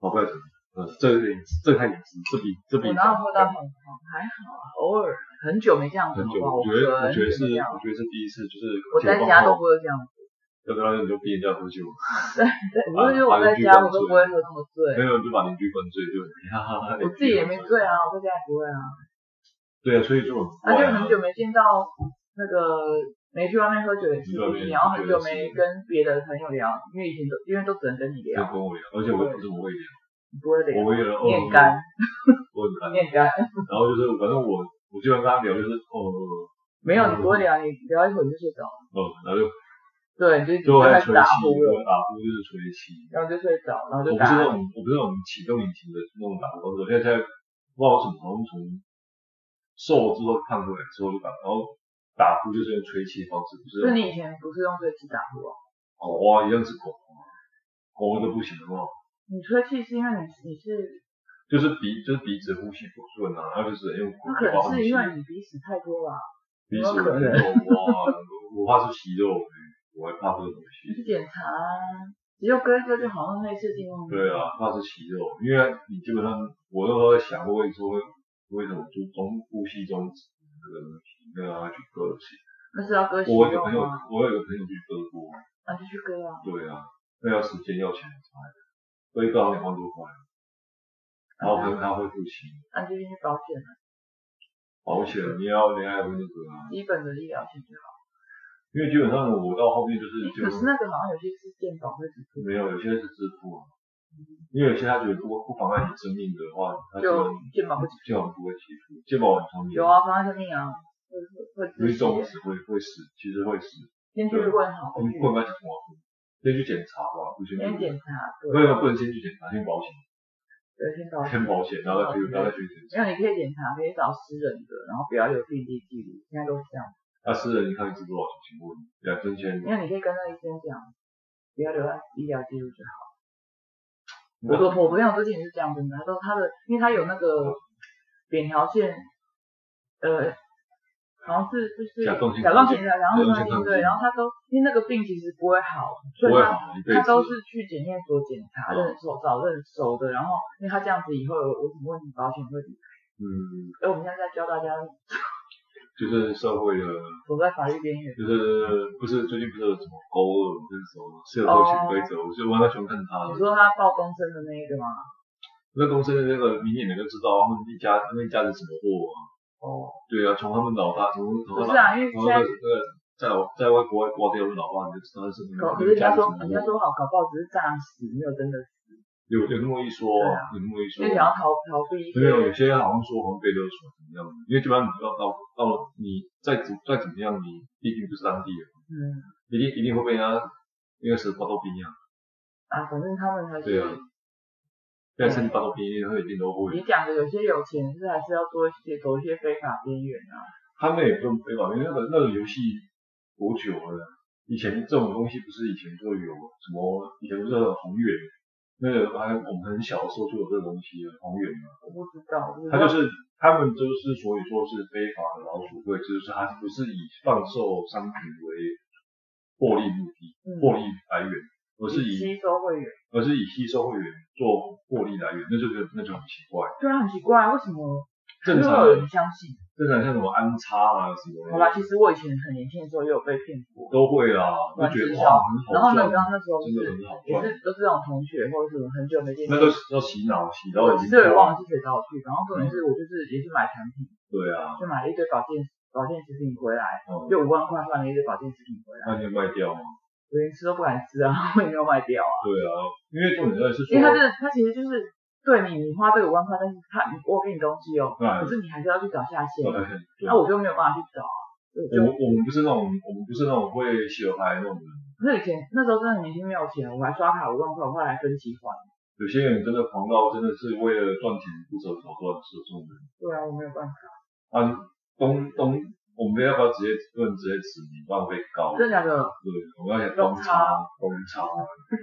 Speaker 1: 好不要讲，呃，这有点这太隐私，这比这比
Speaker 2: 我哪有喝到很狂？还好啊，偶尔很久没这样子
Speaker 1: 很
Speaker 2: 了
Speaker 1: 久，
Speaker 2: 吧？
Speaker 1: 我觉
Speaker 2: 喝
Speaker 1: 得
Speaker 2: 了
Speaker 1: 我觉得是
Speaker 2: 很久没这样
Speaker 1: 我觉得是第一次，就是
Speaker 2: 我在家都不会这样子，
Speaker 1: 要不然你就逼人家喝酒，啊
Speaker 2: 对， 我就我在家我都不会喝那么
Speaker 1: 没
Speaker 2: 醉，
Speaker 1: 有就把邻居灌醉，就哈哈哈。
Speaker 2: 我自己也没。醉啊，我在家也不会啊，
Speaker 1: 对啊，所以就很
Speaker 2: 而
Speaker 1: 怪
Speaker 2: 且
Speaker 1: 啊
Speaker 2: 很久没见到那个没去外面喝酒也是不一样，然后很久没跟别的朋友聊，因为以前都因为都只能跟你
Speaker 1: 没有
Speaker 2: 聊，
Speaker 1: 跟我聊，而且我也不是我会聊，
Speaker 2: 你不会聊，
Speaker 1: 我会聊
Speaker 2: 你很干，
Speaker 1: 我很干
Speaker 2: 你。很干，
Speaker 1: 然后就是反正我我基本上跟他聊就是哦
Speaker 2: 没有你不会聊，你聊一会儿就睡着了，
Speaker 1: 哦，然后就
Speaker 2: 对，你
Speaker 1: 最后
Speaker 2: 就
Speaker 1: 还
Speaker 2: 开
Speaker 1: 有
Speaker 2: 始
Speaker 1: 吹
Speaker 2: 打
Speaker 1: 气，
Speaker 2: 呼
Speaker 1: 我
Speaker 2: 了，
Speaker 1: 打呼就是吹气。
Speaker 2: 然后就睡着，然后
Speaker 1: 我
Speaker 2: 就
Speaker 1: 不是那
Speaker 2: 打
Speaker 1: 种我不是那种启动引擎的那种打呼，我现在在不知道为什么，好像从瘦之后胖回来之后就打，然后打呼就是用吹气的方式，不是
Speaker 2: 所以你以前不是用吹气打呼啊？
Speaker 1: 狗啊一样是狗啊，狗的不行的话，
Speaker 2: 你吹气是因为你你是，
Speaker 1: 就是鼻就是鼻子呼吸不顺啊，然后就是用
Speaker 2: 那
Speaker 1: 呼
Speaker 2: 可
Speaker 1: 吸
Speaker 2: 能
Speaker 1: 呼
Speaker 2: 是
Speaker 1: 吸
Speaker 2: 因，为你鼻屎太多了啊，
Speaker 1: 鼻子
Speaker 2: 有可能
Speaker 1: 哇，我怕是息肉，我还怕这个东西
Speaker 2: 你。去检查啊，只有割一割就好像类似进入。
Speaker 1: 对啊，怕是息肉，因为你基本上我那时候在想，我会说为什么就中呼吸中止，那个东西，那个要去割起。
Speaker 2: 那是要割西
Speaker 1: 我有朋
Speaker 2: 柚
Speaker 1: 友
Speaker 2: 吗？，
Speaker 1: 我有个朋友去割过，
Speaker 2: 那就去割啊。
Speaker 1: 对啊，那要时间要钱很差的，割一个好两万多块，然后我朋友他会付清
Speaker 2: 那啊就进去保险了，
Speaker 1: 保险，你要你还有那个啊，
Speaker 2: 基本的医疗险就好。
Speaker 1: 因为基本上我到后面就是就
Speaker 2: 可是那个好像有些是健保会只付，
Speaker 1: 没有，有些是支付啊，因为有些他觉得不不妨碍你生命的话，他
Speaker 2: 就
Speaker 1: 就
Speaker 2: 健保不给
Speaker 1: 健保不会给付，健保很聪明，
Speaker 2: 有啊，妨碍生命啊，会会
Speaker 1: 因为中
Speaker 2: 会
Speaker 1: 死会会死，其实会死，
Speaker 2: 先去问好，
Speaker 1: 你不管是什么，先去检查吧，不先去
Speaker 2: 先检查，对
Speaker 1: 没有没有不能先去检查，先保险，
Speaker 2: 对，先保险
Speaker 1: 先。保险，然后再去然后再去检
Speaker 2: 没有，
Speaker 1: 查。
Speaker 2: 你可以检查，可以找私人的，然后不要有病历记录，现在都是这样。
Speaker 1: 那私人银行一次多少钱？请问两分钱？
Speaker 2: 没有，你可以跟那医生讲，不要留在医疗记录就好。
Speaker 1: 那嗯
Speaker 2: 我说我朋友之前是这样子的，他说他的，因为他有那个扁条线，呃，好像是就是
Speaker 1: 甲状腺
Speaker 2: 甲状腺的，然后
Speaker 1: 甲状腺亢进
Speaker 2: 对，然后他都因为那个病其实不会好，所
Speaker 1: 不
Speaker 2: 以
Speaker 1: 会
Speaker 2: 他
Speaker 1: 好一辈子。
Speaker 2: 他都是去检验所检查，
Speaker 1: 嗯
Speaker 2: 认手找认熟的，然后因为他这样子以后有有什么问题保险会，
Speaker 1: 嗯，
Speaker 2: 哎，我们现在在教大家
Speaker 1: 就是社会的，
Speaker 2: 走在法律边缘，
Speaker 1: 就是不是最近不是有什么勾二跟什么社会潜规则，我就我还蛮喜欢看他的
Speaker 2: 哦你。说他报公生的那一个吗？
Speaker 1: 那公司的那个明眼人就知道他们一家他们一家是什么货啊？
Speaker 2: 哦，
Speaker 1: 对啊，从他们老大，从从他
Speaker 2: 不
Speaker 1: 老
Speaker 2: 是
Speaker 1: 大，
Speaker 2: 啊，因为
Speaker 1: 从
Speaker 2: 现
Speaker 1: 那个
Speaker 2: 在
Speaker 1: 哦在老在外国外挂掉的老爸，你就知道是那
Speaker 2: 搞，
Speaker 1: 个那个
Speaker 2: 可哦是人
Speaker 1: 家是
Speaker 2: 家
Speaker 1: 什
Speaker 2: 说
Speaker 1: 么
Speaker 2: 人家
Speaker 1: 货。
Speaker 2: 说好，搞不好只是诈死，没有真的死，
Speaker 1: 有有那么一说
Speaker 2: 对啊，
Speaker 1: 有那么一
Speaker 2: 因
Speaker 1: 说
Speaker 2: 为。想要逃逃避一些
Speaker 1: 没有，有些好像说好像被勒索怎么样的，因为基本上你到到到你再怎再怎么样，你毕竟不是当地人，
Speaker 2: 嗯
Speaker 1: 一定一定会被人家那个是巴豆兵啊，
Speaker 2: 啊，反正他们还
Speaker 1: 对
Speaker 2: 是、
Speaker 1: 啊现在是巴豆兵一定会一定都会，
Speaker 2: 你讲的有些有钱是还是要做一些走一些非法边缘啊，
Speaker 1: 他们也不用非法，因为那个那个游戏多久了？以前这种东西不是以前就有什么？以前不是很红远，那个还我们很小的时候就有这个东西了，红远嘛，
Speaker 2: 我不知道，我不知
Speaker 1: 他
Speaker 2: 道
Speaker 1: 就是他们就是之所以说是非法的老鼠会，就是他不是以贩售商品为获利目的、
Speaker 2: 嗯
Speaker 1: 获利来源，而是以
Speaker 2: 吸收会员，
Speaker 1: 而是以吸收会员做获利来源，那就是那就很奇怪。
Speaker 2: 对啊，很奇怪，为什么
Speaker 1: 正
Speaker 2: 还
Speaker 1: 常
Speaker 2: 会有
Speaker 1: 的
Speaker 2: 人相信？
Speaker 1: 正常像什么安插啊什么
Speaker 2: 好吧，
Speaker 1: 的
Speaker 2: 其实我以前很年轻的时候也有被骗过，
Speaker 1: 都会啊，
Speaker 2: 乱
Speaker 1: 就觉得
Speaker 2: 吃
Speaker 1: 哇
Speaker 2: 烧
Speaker 1: 很好
Speaker 2: 然后呢，
Speaker 1: 赚
Speaker 2: 你知道那时候就
Speaker 1: 真的
Speaker 2: 是
Speaker 1: 很好
Speaker 2: 也
Speaker 1: 赚，
Speaker 2: 是都是那种同学或者什么很久没见面，
Speaker 1: 那都是哦要洗脑洗到已
Speaker 2: 其
Speaker 1: 经
Speaker 2: 实我也忘了是谁找我去，然后重
Speaker 1: 嗯
Speaker 2: 点是我就是也是买产品，
Speaker 1: 对啊，
Speaker 2: 就买了一堆保健保健食品回来，
Speaker 1: 嗯，
Speaker 2: 就五万块换了一堆保健食品回来，
Speaker 1: 那你就卖掉嘛，
Speaker 2: 我连吃都不敢吃啊， 我也没有卖掉啊，
Speaker 1: 对啊，因为重点是说
Speaker 2: 因为他真的他其实就是对你，你花这个五万块，但是他我给你东西哦，
Speaker 1: 哎
Speaker 2: 可是你还是要去找下线，
Speaker 1: 对啊对
Speaker 2: 那我就没有办法去找啊，所以我
Speaker 1: 我们我们
Speaker 2: 就
Speaker 1: 不是那种，我们不是那种会洗牌那种人。
Speaker 2: 可是以前那时候真的很年轻没有钱，我还刷卡五万块，我后来分期还，
Speaker 1: 有些人真的狂到真的是为了赚钱不择手段，是这种人。
Speaker 2: 对啊，我没有办法，
Speaker 1: 啊，东东，我们要不要直接论直接指名浪费高？对
Speaker 2: 真，的假的？
Speaker 1: 我们要讲东差东差。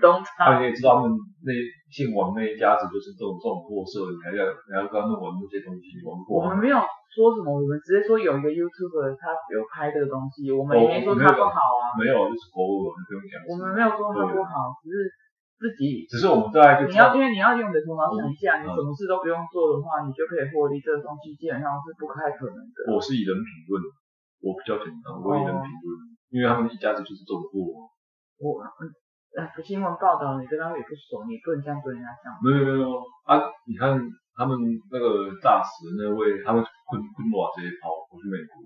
Speaker 2: 懂
Speaker 1: 啊，
Speaker 2: 差，
Speaker 1: 你也知道他们那姓王那一家子就是这种这种货色，你还要你还要跟他们玩那些东西玩过
Speaker 2: 我
Speaker 1: 吗？
Speaker 2: 们没有说什么，我们直接说有一个 YouTuber 他有拍这个东西，我们也没说他不好啊。
Speaker 1: 哦没有，就是偶尔，你不用讲。
Speaker 2: 我们没有说他不好，只是自己
Speaker 1: 只是我们大概就
Speaker 2: 你
Speaker 1: 知
Speaker 2: 要
Speaker 1: 道
Speaker 2: 因为你要用你的头脑想一下，你
Speaker 1: 嗯
Speaker 2: 什么事都不用做的话，你就可以获利。这个东西基本上是不太可能的。
Speaker 1: 我是以人品论，我比较简单，我以人品论，
Speaker 2: 哦
Speaker 1: 因为他们一家子就是这种货。
Speaker 2: 我呃，新闻报道你跟他也不熟，你不能这样对人家讲。
Speaker 1: 没有没有没有啊！你看他们那个大使那位，他们困困瓦直接跑跑去美国，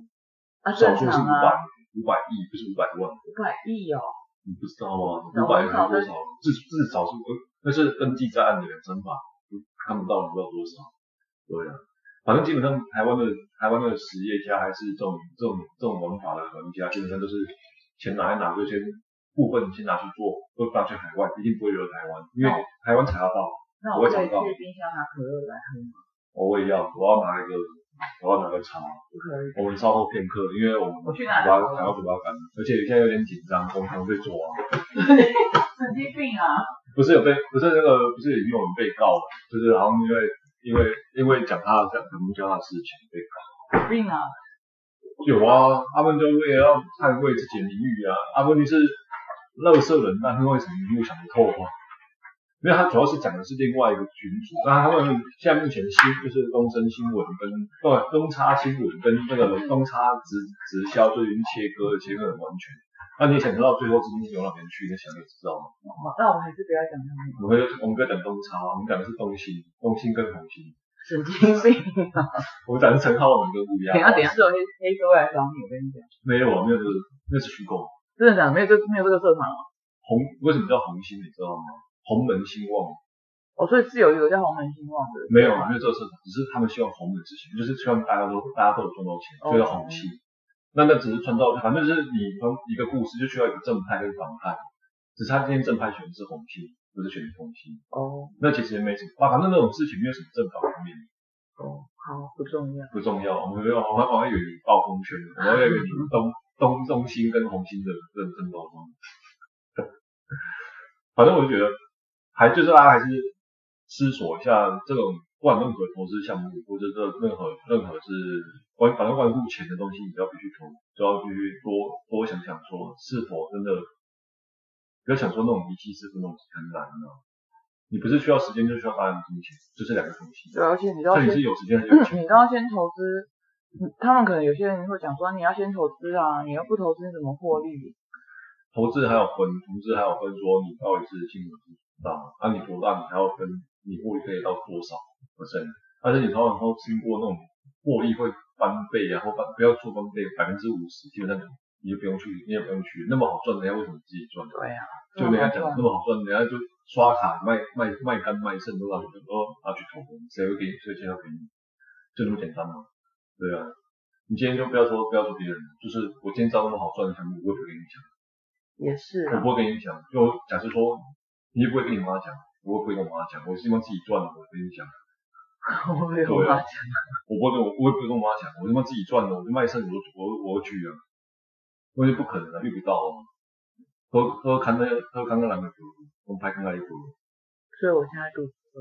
Speaker 2: 啊，
Speaker 1: 少
Speaker 2: 正
Speaker 1: 说是五
Speaker 2: 常
Speaker 1: 百
Speaker 2: 啊，
Speaker 1: 五百亿，不是五百万，
Speaker 2: 五百亿哦，
Speaker 1: 你不知道吗？
Speaker 2: 那
Speaker 1: 五
Speaker 2: 我
Speaker 1: 百亿
Speaker 2: 不知道
Speaker 1: 多少？至至少是呃那是登记在案的两三百，看不到你不知道多少。对啊，反正基本上台湾的台湾的实业家还是这种这种这种玩法的玩家，基本上都是钱拿一拿就先部分先拿去做，都拿去海外，一定不会留在台湾，因为
Speaker 2: 那
Speaker 1: 台湾查得到。
Speaker 2: 那
Speaker 1: 我
Speaker 2: 我
Speaker 1: 也
Speaker 2: 可以
Speaker 1: 想到
Speaker 2: 去冰箱拿可乐来喝吗？
Speaker 1: 我也要，我要拿一个，我要拿个茶。
Speaker 2: 不可以。
Speaker 1: 我们稍后片刻，因为我们
Speaker 2: 我去
Speaker 1: 把
Speaker 2: 哪拿
Speaker 1: 要
Speaker 2: 可
Speaker 1: 还
Speaker 2: 乐？
Speaker 1: 要主要赶，而且现在有点紧张，我们可能被抓。
Speaker 2: 神经病啊！
Speaker 1: 不是有被，不是那个，不是已经有人被告了，就是好像因为因为因为讲他的讲他们他的事情被告。
Speaker 2: 有病啊！
Speaker 1: 有啊，他们就为了要捍卫自己的名誉啊，啊问题是，乐色人那会为什么名誉想不透啊？因为它主要是讲的是另外一个群组，那他们现在目前新就是东森新闻跟对东差新闻跟那个东差直直销就已经切割了，切割得很完全。那你也想知道最后资金是流到哪边去？你想也知道吗？
Speaker 2: 好那我们还是不要讲他们，
Speaker 1: 我们会我们不要讲东差，我们讲的是东兴，东兴跟红兴，
Speaker 2: 神经 病啊！
Speaker 1: 我们讲的是陈浩文跟乌鸦。
Speaker 2: 等一下等一下就有黑黑社会来找你，我跟你讲，
Speaker 1: 没有啊，没有这个，那是虚构。
Speaker 2: 真的假的？没有这没有这个社团哦，
Speaker 1: 红为什么叫红星？你知道吗？鸿门兴旺
Speaker 2: 哦，所以是有一个叫洪门兴旺的，
Speaker 1: 没有啊，没有这个社团，只是他们希望红的事情，就是希望大家都大家都有赚到钱，
Speaker 2: 哦
Speaker 1: 所以叫红星。那那只是创造，反正就是你从一个故事就需要有正派跟反派，只是他今天正派选的是红星，不是选红星。
Speaker 2: 哦
Speaker 1: 那其实也没什么，啊反正那种事情没有什么正反方面，
Speaker 2: 哦，好不重要，
Speaker 1: 不重要。我们要我们我要远离暴风圈，我们要远离东东中心跟红星的争争斗中。 反正我就觉得，还就是大家还是思索一下这种不管任何投资项目，或者是任何任何是关反正关乎钱的东西，你都要必须投，就要必须多多想想说是否真的，不要想说那种一气致富那种很难的、你不是需要时间，就需要大量的金钱，就是两个东西。
Speaker 2: 对，而且你知道
Speaker 1: 那你
Speaker 2: 现
Speaker 1: 是有时间还是有钱
Speaker 2: 你？都要先投资，嗯他们可能有些人会讲说，你要先投资啊，你要不投资你怎么获利？
Speaker 1: 投资还有分，投资还有分说你到底是金额是多大，那、你多大你还要分你获利可以到多少 percent，但是你常常都经过那种获利会翻倍啊，或翻不要说翻倍，百分之五十基本上你就不用去，你也不用去，那么好赚，人家为什么自己赚？
Speaker 2: 对呀、啊，
Speaker 1: 就人家讲那么好赚，人家就刷卡卖卖卖干卖肾都让你都拿去投，谁会给你？谁介绍给你？就这么简单嘛？对啊，你今天就不要说不要说别人，就是我今天知道那么好赚的项目，我也不会跟你讲。
Speaker 2: 也是
Speaker 1: 我
Speaker 2: 啊，
Speaker 1: 不会跟你讲，就假设说，你也不会跟你妈讲，我也不会跟我妈讲，我希望自己赚了，我跟你讲，
Speaker 2: 我没有
Speaker 1: 啊
Speaker 2: 发现，
Speaker 1: 我不会跟我，我也不会跟我妈讲，我他妈自己赚了，我就卖肾，我就我我就去啊，我就不可能啊，遇不到啊，喝喝康那喝康那蓝的酒，我们拍康那一酒，
Speaker 2: 所以我现在肚子饿，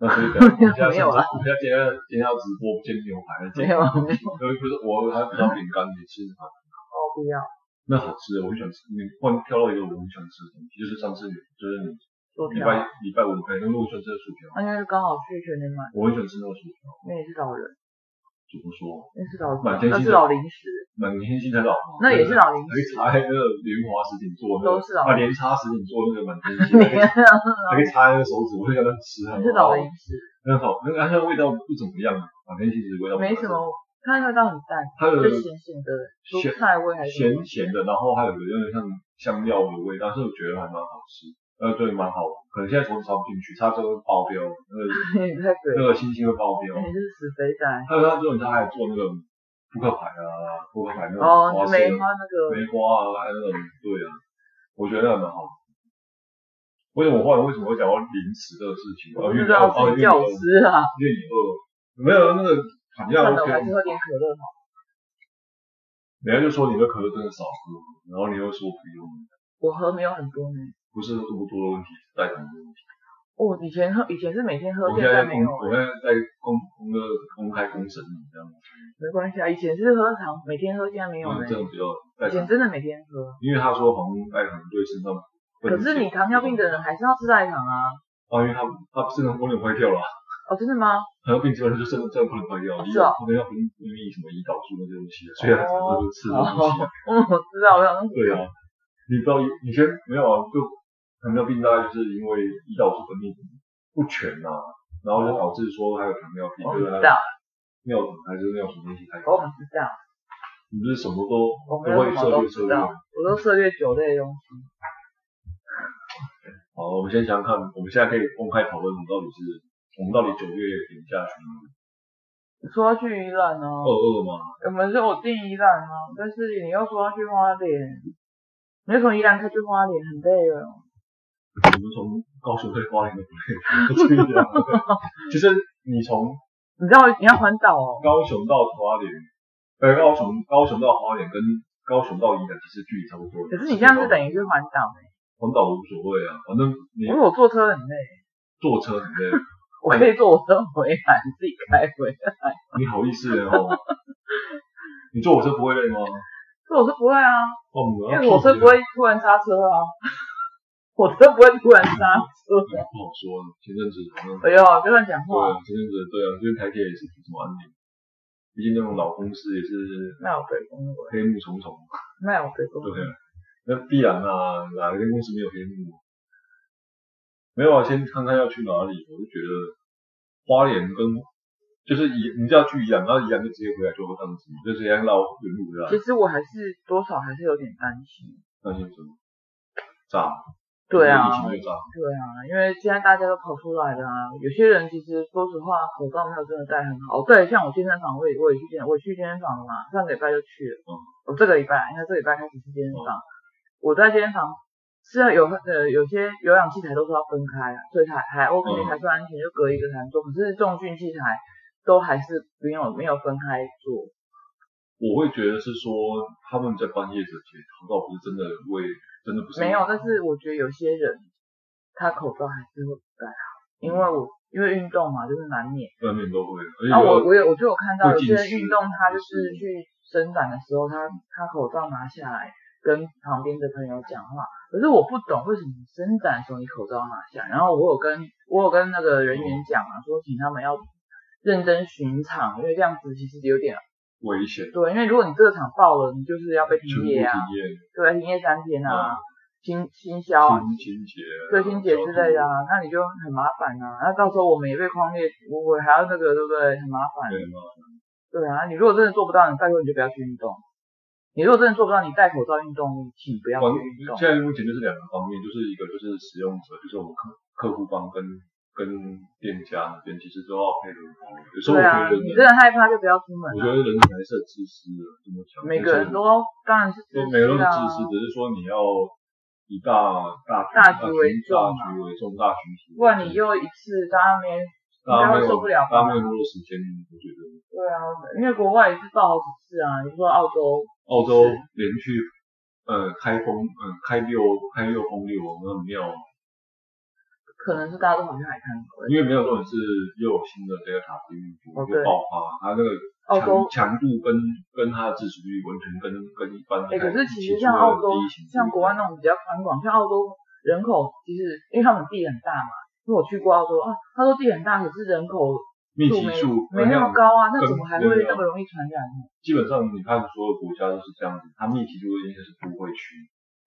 Speaker 1: 那所以 等一下
Speaker 2: 没
Speaker 1: 现在
Speaker 2: 有啊
Speaker 1: 我们要今天今天要直播，不煎牛排，
Speaker 2: 没有啊没有，
Speaker 1: 呃，不是我还不到饼干，你吃吗？
Speaker 2: 哦不要，
Speaker 1: 那好吃，我很喜欢吃。你忽然跳到一个我很喜欢吃的东西，就是上次你就是你
Speaker 2: 做
Speaker 1: 礼
Speaker 2: 票，
Speaker 1: 拜礼拜五哎可以跟陆顺吃的薯条。
Speaker 2: 那因为刚好去全年买，
Speaker 1: 我很喜欢吃那个薯条，
Speaker 2: 那也是老人，
Speaker 1: 怎么说？
Speaker 2: 那是老
Speaker 1: 满天
Speaker 2: 那
Speaker 1: 星
Speaker 2: 是
Speaker 1: 的
Speaker 2: 老零食，
Speaker 1: 满天星才老嘛，
Speaker 2: 那也是老零
Speaker 1: 还
Speaker 2: 食，
Speaker 1: 可以插那个莲花石井做那个，
Speaker 2: 都是老
Speaker 1: 啊，连插石井做那个满天星，还可以
Speaker 2: 你看啊
Speaker 1: 还可以插那个手指，我就想那吃很
Speaker 2: 那是老
Speaker 1: 好，
Speaker 2: 零食，
Speaker 1: 那好，那个它那个味道不怎么样啊，满天星其实味道不
Speaker 2: 没什，么，它那味道很淡，
Speaker 1: 它有
Speaker 2: 就咸咸的
Speaker 1: 咸
Speaker 2: 蔬菜味还是什么
Speaker 1: 咸咸的，然后还有有点像香料的味道，但是我觉得还蛮好吃，呃，对，蛮好，可能现在手指插不进去，它就会爆标，那个
Speaker 2: 你
Speaker 1: 那
Speaker 2: 在嘴，
Speaker 1: 个星星会爆标，
Speaker 2: 你是死肥仔。
Speaker 1: 还有它之后它还做那个扑克牌啊，扑克牌那
Speaker 2: 哦，
Speaker 1: 种花
Speaker 2: 你
Speaker 1: 生
Speaker 2: 梅花那个，
Speaker 1: 梅花啊，还有那种对啊，我觉得那蛮好。为什么我后来为什么会讲到零食这个事情？哦，
Speaker 2: 我
Speaker 1: 因
Speaker 2: 不
Speaker 1: 为
Speaker 2: 知道
Speaker 1: 哦
Speaker 2: 自己叫我
Speaker 1: 因
Speaker 2: 吃啊。
Speaker 1: 为你饿，没有那个好
Speaker 2: 算
Speaker 1: 像
Speaker 2: 了，我还
Speaker 1: OK，
Speaker 2: 是喝点可乐好。
Speaker 1: 人家就说你的可乐真的少喝，然后你又说不用，
Speaker 2: 我喝没有很多呢，
Speaker 1: 不是多不多的问题，是代糖的问题。
Speaker 2: 我以前喝，以前是每天喝，
Speaker 1: 我
Speaker 2: 现
Speaker 1: 现在在
Speaker 2: 在没
Speaker 1: 公，我现
Speaker 2: 有，哎
Speaker 1: 在在公公的公开公审你这样，
Speaker 2: 没关系啊。以前是喝糖，每天喝，现在没有
Speaker 1: 因
Speaker 2: 呢
Speaker 1: 为。这种比较代
Speaker 2: 以前
Speaker 1: 糖，
Speaker 2: 真的每天喝，
Speaker 1: 因为他说好像代糖对肾脏不能
Speaker 2: 可是你
Speaker 1: 健
Speaker 2: 糖尿病的人还是要吃代糖啊。
Speaker 1: 啊，因为他他肾脏功能坏掉了啊。
Speaker 2: 哦，真的吗？
Speaker 1: 糖尿病基本上就肾脏不能坏掉，
Speaker 2: 哦
Speaker 1: 胰
Speaker 2: 是啊
Speaker 1: 岛
Speaker 2: 哦
Speaker 1: 可能要分分泌什么胰岛素那些东西，所以他常常就吃这东西。
Speaker 2: 嗯，我知道，我想说，
Speaker 1: 对啊，你不知道以前没有啊，就糖尿病大概就是因为胰岛素分泌不全啊，然后就导致说还有糖尿病，对
Speaker 2: 哦我
Speaker 1: 啊
Speaker 2: 们知，道，
Speaker 1: 尿毒还是尿毒东西太
Speaker 2: 我
Speaker 1: 高，
Speaker 2: 们知道，
Speaker 1: 你不是什么都
Speaker 2: 我
Speaker 1: 都
Speaker 2: 们
Speaker 1: 会涉
Speaker 2: 什么
Speaker 1: 猎
Speaker 2: 都
Speaker 1: 涉猎。
Speaker 2: 知道，我都涉猎酒类的东西。
Speaker 1: 好，我们先想想看，我们现在可以公开讨论，我们到底是我们到底九月底下旬
Speaker 2: 你说要去宜兰呢、
Speaker 1: 二二吗？
Speaker 2: 我们是我定宜兰啊，但是你又说要去花莲，你就从宜兰开去花莲，很累哦了。
Speaker 1: 我们从高雄可以花莲的不累，这样。 其实你从
Speaker 2: 你知道你要环岛哦，
Speaker 1: 高雄到花莲，呃，高雄高雄到花莲跟高雄到宜兰其实距离差不多。
Speaker 2: 可是你这样是等于是环岛欸
Speaker 1: 环岛无所谓啊，反正你
Speaker 2: 因为我坐车很累，
Speaker 1: 坐车很累，
Speaker 2: 我可以坐我车回来，你自己开回来。
Speaker 1: 你好意思哦？你坐火车不会累吗？哦
Speaker 2: 坐我车不会啊，
Speaker 1: 哦，我们
Speaker 2: 因
Speaker 1: 要
Speaker 2: 为火车不会突然刹车啊。 我真不会突然刹车。
Speaker 1: 对不好说。前阵子好像
Speaker 2: 哎呦，不要乱讲
Speaker 1: 对
Speaker 2: 话，
Speaker 1: 啊，前阵子对啊，就是台铁也是挺什么安宁，毕竟那种老公司也是
Speaker 2: 那有被恭维，
Speaker 1: 黑幕重重，
Speaker 2: 那有被恭维
Speaker 1: 对。啊，那必然啊，哪一间公司没有黑幕？啊没有啊，先看看要去哪里。我就觉得花莲跟就是宜，你只要去宜兰，然后宜兰就直接回来就会当机，就直接绕原路回来
Speaker 2: 其。实我还是多少还是有点担心。
Speaker 1: 那你什么？炸？
Speaker 2: 对啊，
Speaker 1: 疫情会炸。
Speaker 2: 对啊，因为现在大家都跑出来了啊，有些人其实说实话口罩没有真的戴很好。哦对，像我健身房，我也我也去健，我去健身房了嘛，上个礼拜就去了。
Speaker 1: 嗯
Speaker 2: 我这个礼拜，应该这个礼拜开始去健身房。我在健身房是要有呃有些有氧器材都是要分开的，所以才还 OK，、
Speaker 1: 嗯
Speaker 2: 还算安全，就隔一个才能做。可是重训器材都还是没有没有分开做。
Speaker 1: 我会觉得是说他们在半夜者解逃，倒不是真的为，真的不是
Speaker 2: 没有，但是我觉得有些人他口罩还是会不戴好，因为
Speaker 1: 嗯
Speaker 2: 我因为运动嘛，就是难免。
Speaker 1: 外面都会，而且
Speaker 2: 然后啊我
Speaker 1: 有
Speaker 2: 我有我就有看到有
Speaker 1: 会近
Speaker 2: 些人
Speaker 1: 视
Speaker 2: 运动，他就是去伸展的时候，他他口罩拿下来跟旁边的朋友讲话。可是我不懂为什么伸展的时候你口罩拿下来，然后我有跟我有跟那个人员讲啊，说请他们要认真巡场，因为这样子其实有点
Speaker 1: 危险，
Speaker 2: 对，因为如果你这个场爆了，你就是要被
Speaker 1: 全部
Speaker 2: 停业
Speaker 1: 停
Speaker 2: 啊，
Speaker 1: 业，
Speaker 2: 对，停业三天啊
Speaker 1: 嗯，
Speaker 2: 清清消啊，
Speaker 1: 清清洁，
Speaker 2: 对，清洁之类的啊，那你就很麻烦啊，那到时候我们也被框列，我我还要那个对不对？很麻烦。啊
Speaker 1: 对吗？
Speaker 2: 对啊，你如果真的做不到，你拜托你就不要去运动。你如果真的做不到，你戴口罩运动，请不要
Speaker 1: 完
Speaker 2: 去运动。
Speaker 1: 现在目前就是两个方面，就是一个就是使用者，就是我们客客户方跟跟店家那边其实都要配合好。有时候我
Speaker 2: 对啊，
Speaker 1: 觉得
Speaker 2: 你
Speaker 1: 人，
Speaker 2: 真的害怕就不要出门
Speaker 1: 我觉
Speaker 2: 啊。
Speaker 1: 得人才是自私的，这么讲，
Speaker 2: 每个人都当然是自
Speaker 1: 都每
Speaker 2: 私
Speaker 1: 个人都是
Speaker 2: 啊
Speaker 1: 自私，只是说你要以大大
Speaker 2: 大局
Speaker 1: 局
Speaker 2: 为重
Speaker 1: 大
Speaker 2: 啊
Speaker 1: 局为重，大局为重
Speaker 2: 不然你又一次大家没，
Speaker 1: 大家啊没
Speaker 2: 应该会
Speaker 1: 有
Speaker 2: 受不了吧
Speaker 1: 大家没有那么多时间，我觉得
Speaker 2: 对啊，因为国外也是爆好几次啊，你说澳洲，
Speaker 1: 澳洲连续呃开封嗯、开六开六封六，我们没哦有，
Speaker 2: 可能是大家都好像还看过，
Speaker 1: 因为没有多人是又有新的 Delta 病毒
Speaker 2: 哦
Speaker 1: 就爆发，它那个
Speaker 2: 澳洲
Speaker 1: 强强度跟跟它的致死率完全跟跟一般的
Speaker 2: 哎、可是其
Speaker 1: 起初
Speaker 2: 实像
Speaker 1: 的
Speaker 2: 澳洲
Speaker 1: 第一型不一样，
Speaker 2: 像国外那种比较宽广，像澳洲人口其实因为他们地很大嘛，因为我去过澳洲啊，他说地很大，可是人口
Speaker 1: 密
Speaker 2: 数
Speaker 1: 集
Speaker 2: 没
Speaker 1: 数
Speaker 2: 没那么，高啊，那
Speaker 1: 跟
Speaker 2: 怎么还会
Speaker 1: 对啊
Speaker 2: 那么容易传染呢？
Speaker 1: 基本上你看所有国家都是这样子，它密集度一定是都会区，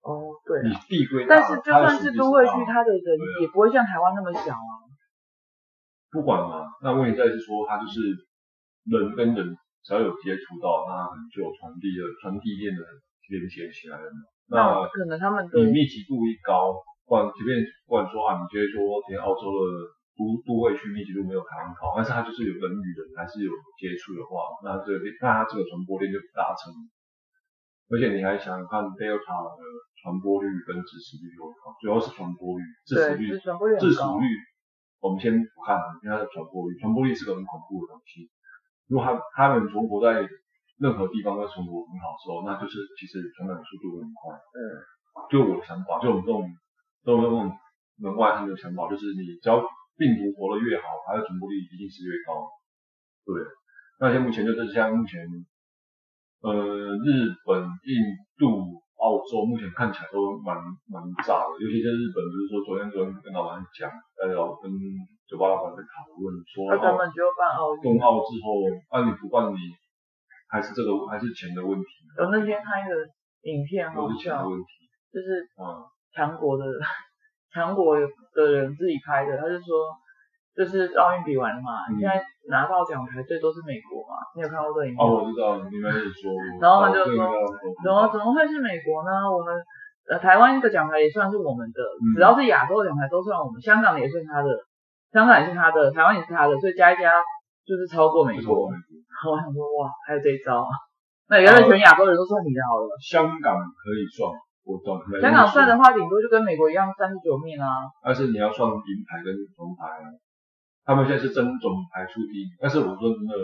Speaker 2: 哦，对
Speaker 1: 你
Speaker 2: 啊。
Speaker 1: 地规大
Speaker 2: 但是就算是都会区，
Speaker 1: 嗯它的实力是大
Speaker 2: 它的人
Speaker 1: 啊
Speaker 2: 也不会像台湾那么小啊。
Speaker 1: 不管嘛，那问题在于是说它就是人跟人只要有接触到，那可能就有传递的传递链的连接起来了嘛。
Speaker 2: 那
Speaker 1: 那
Speaker 2: 可能他们的
Speaker 1: 你密集度一高，不管即便不管说啊，你觉得说连澳洲的都都会区密集度没有台湾高，但是它就是有人与人还是有接触的话，那这个那它这个传播链就不达成。而且你还想想看 Delta 的传播率跟致死率有高，主要是传播率，致死
Speaker 2: 对
Speaker 1: 率
Speaker 2: 是传播率
Speaker 1: 致
Speaker 2: 很
Speaker 1: 死
Speaker 2: 高，
Speaker 1: 率，我们先不看啊，因为它的传播率，传播率是个很恐怖的东西。如果它它们存活在任何地方都存活很好的时候，那就是其实传染速度会很快。
Speaker 2: 嗯，
Speaker 1: 就我的想法，就我们这种这种这种门外汉的想法，就是你只要病毒活得越好，它的传播率一定是越高。对，那现在目前就是像目前，呃，日本、印度、澳洲目前看起来都蛮蛮炸的，尤其是日本，就是说昨天昨天跟老板讲，呃，老跟酒吧老板在讨论说，
Speaker 2: 啊那
Speaker 1: 哦
Speaker 2: 他们就办奥运。
Speaker 1: 冬奥之后，那、你不办你还是这个还是钱的问题，啊
Speaker 2: 我那天看一个影片，好
Speaker 1: 都是钱的
Speaker 2: 笑，
Speaker 1: 问题，
Speaker 2: 就是
Speaker 1: 嗯，
Speaker 2: 韩国的韩国的人自己拍的，他就说，就是奥运比完了嘛，
Speaker 1: 嗯
Speaker 2: 现在拿到奖牌最多是美国嘛，你有看过这影片吗？
Speaker 1: 哦，我知道，你们也说，
Speaker 2: 然后他就
Speaker 1: 哦对
Speaker 2: 说
Speaker 1: 对
Speaker 2: 怎么怎么会是美国呢？我们呃台湾的奖牌也算是我们的，
Speaker 1: 嗯
Speaker 2: 只要是亚洲的奖牌都算我们，香港的也算他的，香港也是他的，台湾也是他的，所以加一加就是超过美
Speaker 1: 对错，
Speaker 2: 国。然后我想说哇，还有这一招啊！那原来全亚洲人都算你的好了。
Speaker 1: 香港可以算，我懂，没
Speaker 2: 香港算
Speaker 1: 错
Speaker 2: 的，话，顶多就跟美国一样三十九面啊。
Speaker 1: 但是你要算银牌跟铜牌啊，他们现在是争总排出第一，但是我说真的，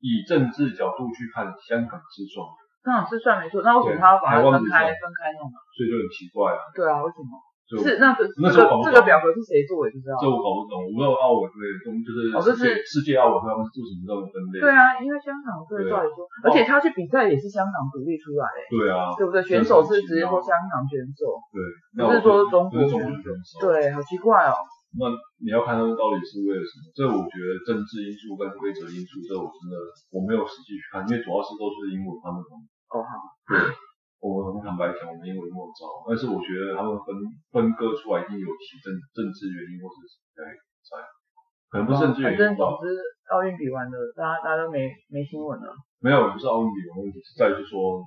Speaker 1: 以政治角度去看，香港是算的，
Speaker 2: 香港是算没错，那为什么
Speaker 1: 对
Speaker 2: 他要把
Speaker 1: 台
Speaker 2: 它
Speaker 1: 湾
Speaker 2: 分
Speaker 1: 不
Speaker 2: 开
Speaker 1: 算
Speaker 2: 分开弄啊？
Speaker 1: 所以就很奇怪啊，
Speaker 2: 对啊，为什么？
Speaker 1: 就是
Speaker 2: 那这
Speaker 1: 那
Speaker 2: 这
Speaker 1: 时候搞不
Speaker 2: 个
Speaker 1: 懂
Speaker 2: 这个表格是谁做我也不知道。
Speaker 1: 这我搞不懂，我不知道奥委会他们就是
Speaker 2: 哦这是
Speaker 1: 世界世界奥委会他们做什么这种分类？
Speaker 2: 对啊，因为香港队
Speaker 1: 对啊
Speaker 2: 照理说，而且他去比赛也是香港独立出来的，
Speaker 1: 对啊，
Speaker 2: 对不对？选手是直接说香港选手，
Speaker 1: 对，那我
Speaker 2: 不是说中国
Speaker 1: 不是中国选手，，
Speaker 2: 对，好奇怪哦。
Speaker 1: 那你要看他们到底是为了什么？这我觉得政治因素跟规则因素，这我真的我没有实际去看，因为主要是都是英文他们懂。
Speaker 2: 哦好，
Speaker 1: 我们很坦白讲，我们英文没有糟，但是我觉得他们分分割出来一定有其政政治原因或者是在在，可能不是政治
Speaker 2: 哦
Speaker 1: 原
Speaker 2: 反
Speaker 1: 因
Speaker 2: 正
Speaker 1: 吧
Speaker 2: 总，之奥运比完了，大家大家都没没新闻了。
Speaker 1: 没有不是奥运比的问题，是在于说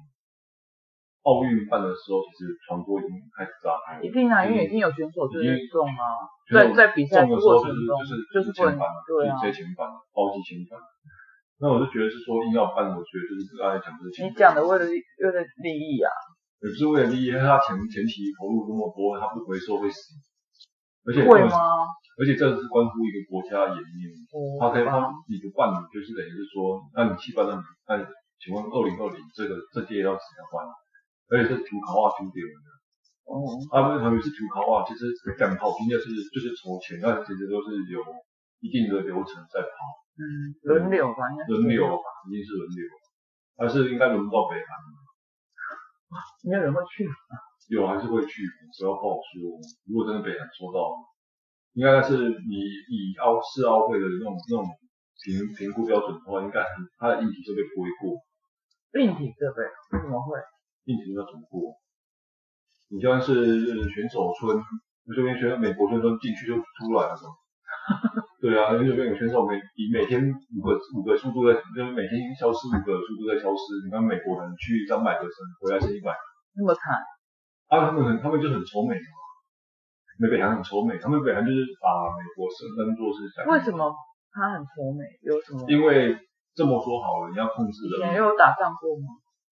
Speaker 1: 奥运办的时候，其实传播已经开始炸开了，
Speaker 2: 一定啊，因
Speaker 1: 嗯
Speaker 2: 为已
Speaker 1: 已经
Speaker 2: 经有选手就是中啊，
Speaker 1: 就是
Speaker 2: 在在比赛
Speaker 1: 中的时候
Speaker 2: 过
Speaker 1: 就
Speaker 2: 程
Speaker 1: 是
Speaker 2: 中
Speaker 1: 就
Speaker 2: 就是是
Speaker 1: 前
Speaker 2: 不能
Speaker 1: 反了，
Speaker 2: 对啊
Speaker 1: 直接前反，包机前反。那我就觉得是说硬要办，我觉得就是刚才讲的前
Speaker 2: 你讲的为了为了利益啊，
Speaker 1: 也不是为了利益，因为他前前期投入那么多，他不回收会死，而且
Speaker 2: 会吗？
Speaker 1: 而且这是关乎一个国家的颜面。
Speaker 2: 我
Speaker 1: 他可以
Speaker 2: 吧
Speaker 1: 帮你不办，就是等于是说，那你去办那你，那你请问二零二零这个这届要怎样办？而且是土考啊，土点的，
Speaker 2: 哦，
Speaker 1: 他们特别是土考啊，其实讲好听就是就是筹钱，那其实都是有一定的流程在跑，
Speaker 2: 嗯，轮流吧，应该是
Speaker 1: 轮流，一定是轮流，但是应该轮不到北韩，
Speaker 2: 没有人会去。
Speaker 1: 有还是会去，只要不好说。如果真的北韩说到，应该是你以奥世奥会的那种那种评评估标准的话，应该它的硬体设备不会过。
Speaker 2: 硬体设备为什么会？
Speaker 1: 疫情要怎么过？你就算是呃选手村，这边选美国选手进去就出来了嘛。对啊，因为这边有选手每以每天五个五个速度在，就是每天消失五个速度在消失。你看美国人去三百个省，回来剩一百，
Speaker 2: 那么惨，
Speaker 1: 啊，他们很他们就很仇美嘛。美北韩很仇美，他们北韩就是把美国是当做是想，
Speaker 2: 为什？么他很仇美？有什么？
Speaker 1: 因为这么说好了，你要控制
Speaker 2: 以前
Speaker 1: 人
Speaker 2: 有打仗过吗？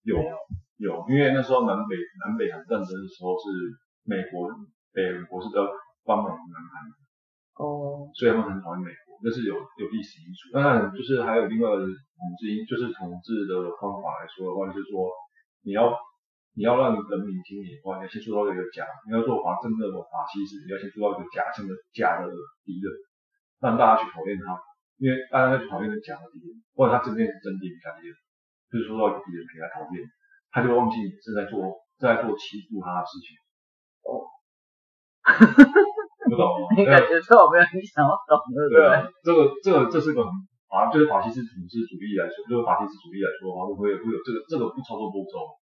Speaker 1: 有
Speaker 2: 没有
Speaker 1: 有，因为那时候南北南北韩战争的时候是美国北韩国是要帮忙南韩，
Speaker 2: 哦，
Speaker 1: 所以他们很讨厌美国，那是有有历史因素。当然，就是还有另外的统治因，就是统治的方法来说的话，就是说你要你要让人民听你的话，你要先塑造一个假，你要做法真正的法西斯，你要先塑造一个假象的假的敌人，让大家去讨厌他，因为大家去讨厌假的敌人，或者他真正是真敌人假敌人，就是塑造一个敌人给他讨厌，他就忘记你正在做正在做欺负他的事情。
Speaker 2: 哦，
Speaker 1: 不懂哦吗？
Speaker 2: 你 感觉到没有你想要懂，对不
Speaker 1: 对
Speaker 2: 对？
Speaker 1: 啊，这个这个这是个很啊，就是法西斯统治主义来说，就是法西斯主义来说的话，会会有这个这个不操作步骤。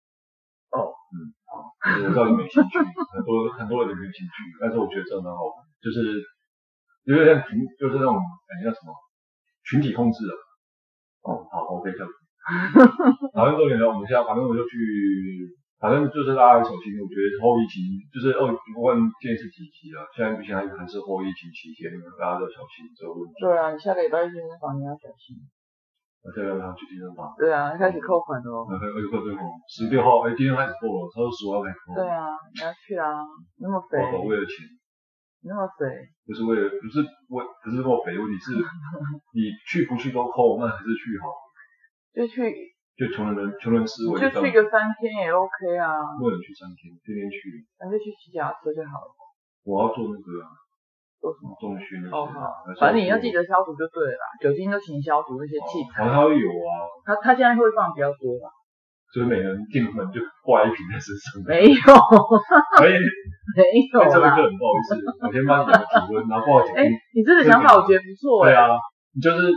Speaker 2: 哦，
Speaker 1: 嗯，好，我知道你没兴趣，很多很多人没有兴趣，但是我觉得这蛮好玩，就是有点像群，就是那种感觉叫什么群体控制啊。哦，好我可以 这样。反正重点呢，我们现在反正我就去，反正就是大家小心，我觉得后疫情就是呃二，不管现在是几期啊，现在目前还还是后疫情期间，大家都小心这个问题。
Speaker 2: 对啊，你下个礼拜去健身房你要小心。
Speaker 1: 我现在要去健身房，
Speaker 2: 对啊，开始扣款了哦。
Speaker 1: 那个那个对哦，十六号哎，今天开始过了，他说十五号开始过
Speaker 2: 对
Speaker 1: 了，
Speaker 2: 啊，你要去啊，那么肥，
Speaker 1: 我为了钱。
Speaker 2: 那么肥，
Speaker 1: 不是为了，不是为，不是为肥，问题 是你去不去都扣，那还是去好，
Speaker 2: 就去
Speaker 1: 就穷人穷人思
Speaker 2: 你
Speaker 1: 维，
Speaker 2: 就去个三天也 OK 啊，
Speaker 1: 不能去三天，天天去，
Speaker 2: 那就去骑脚踏车就好了。
Speaker 1: 我要做那个啊
Speaker 2: 做什么？
Speaker 1: 重训那些啊，
Speaker 2: 哦好
Speaker 1: 还是，
Speaker 2: 反正你要记
Speaker 1: 得
Speaker 2: 得消毒就对了啦，酒精都请消毒那些器
Speaker 1: 好
Speaker 2: 材。
Speaker 1: 像有啊，
Speaker 2: 他他现在会放比较多吧？
Speaker 1: 就是每人进门就挂一瓶在身上，
Speaker 2: 没有，
Speaker 1: 哎，
Speaker 2: 没有
Speaker 1: 这个
Speaker 2: 啦。
Speaker 1: 就很不好意思，我先帮你量个体温，然后不 好意思
Speaker 2: 哎，你这个想法我觉得不错
Speaker 1: 对
Speaker 2: 哎。
Speaker 1: 啊，你就是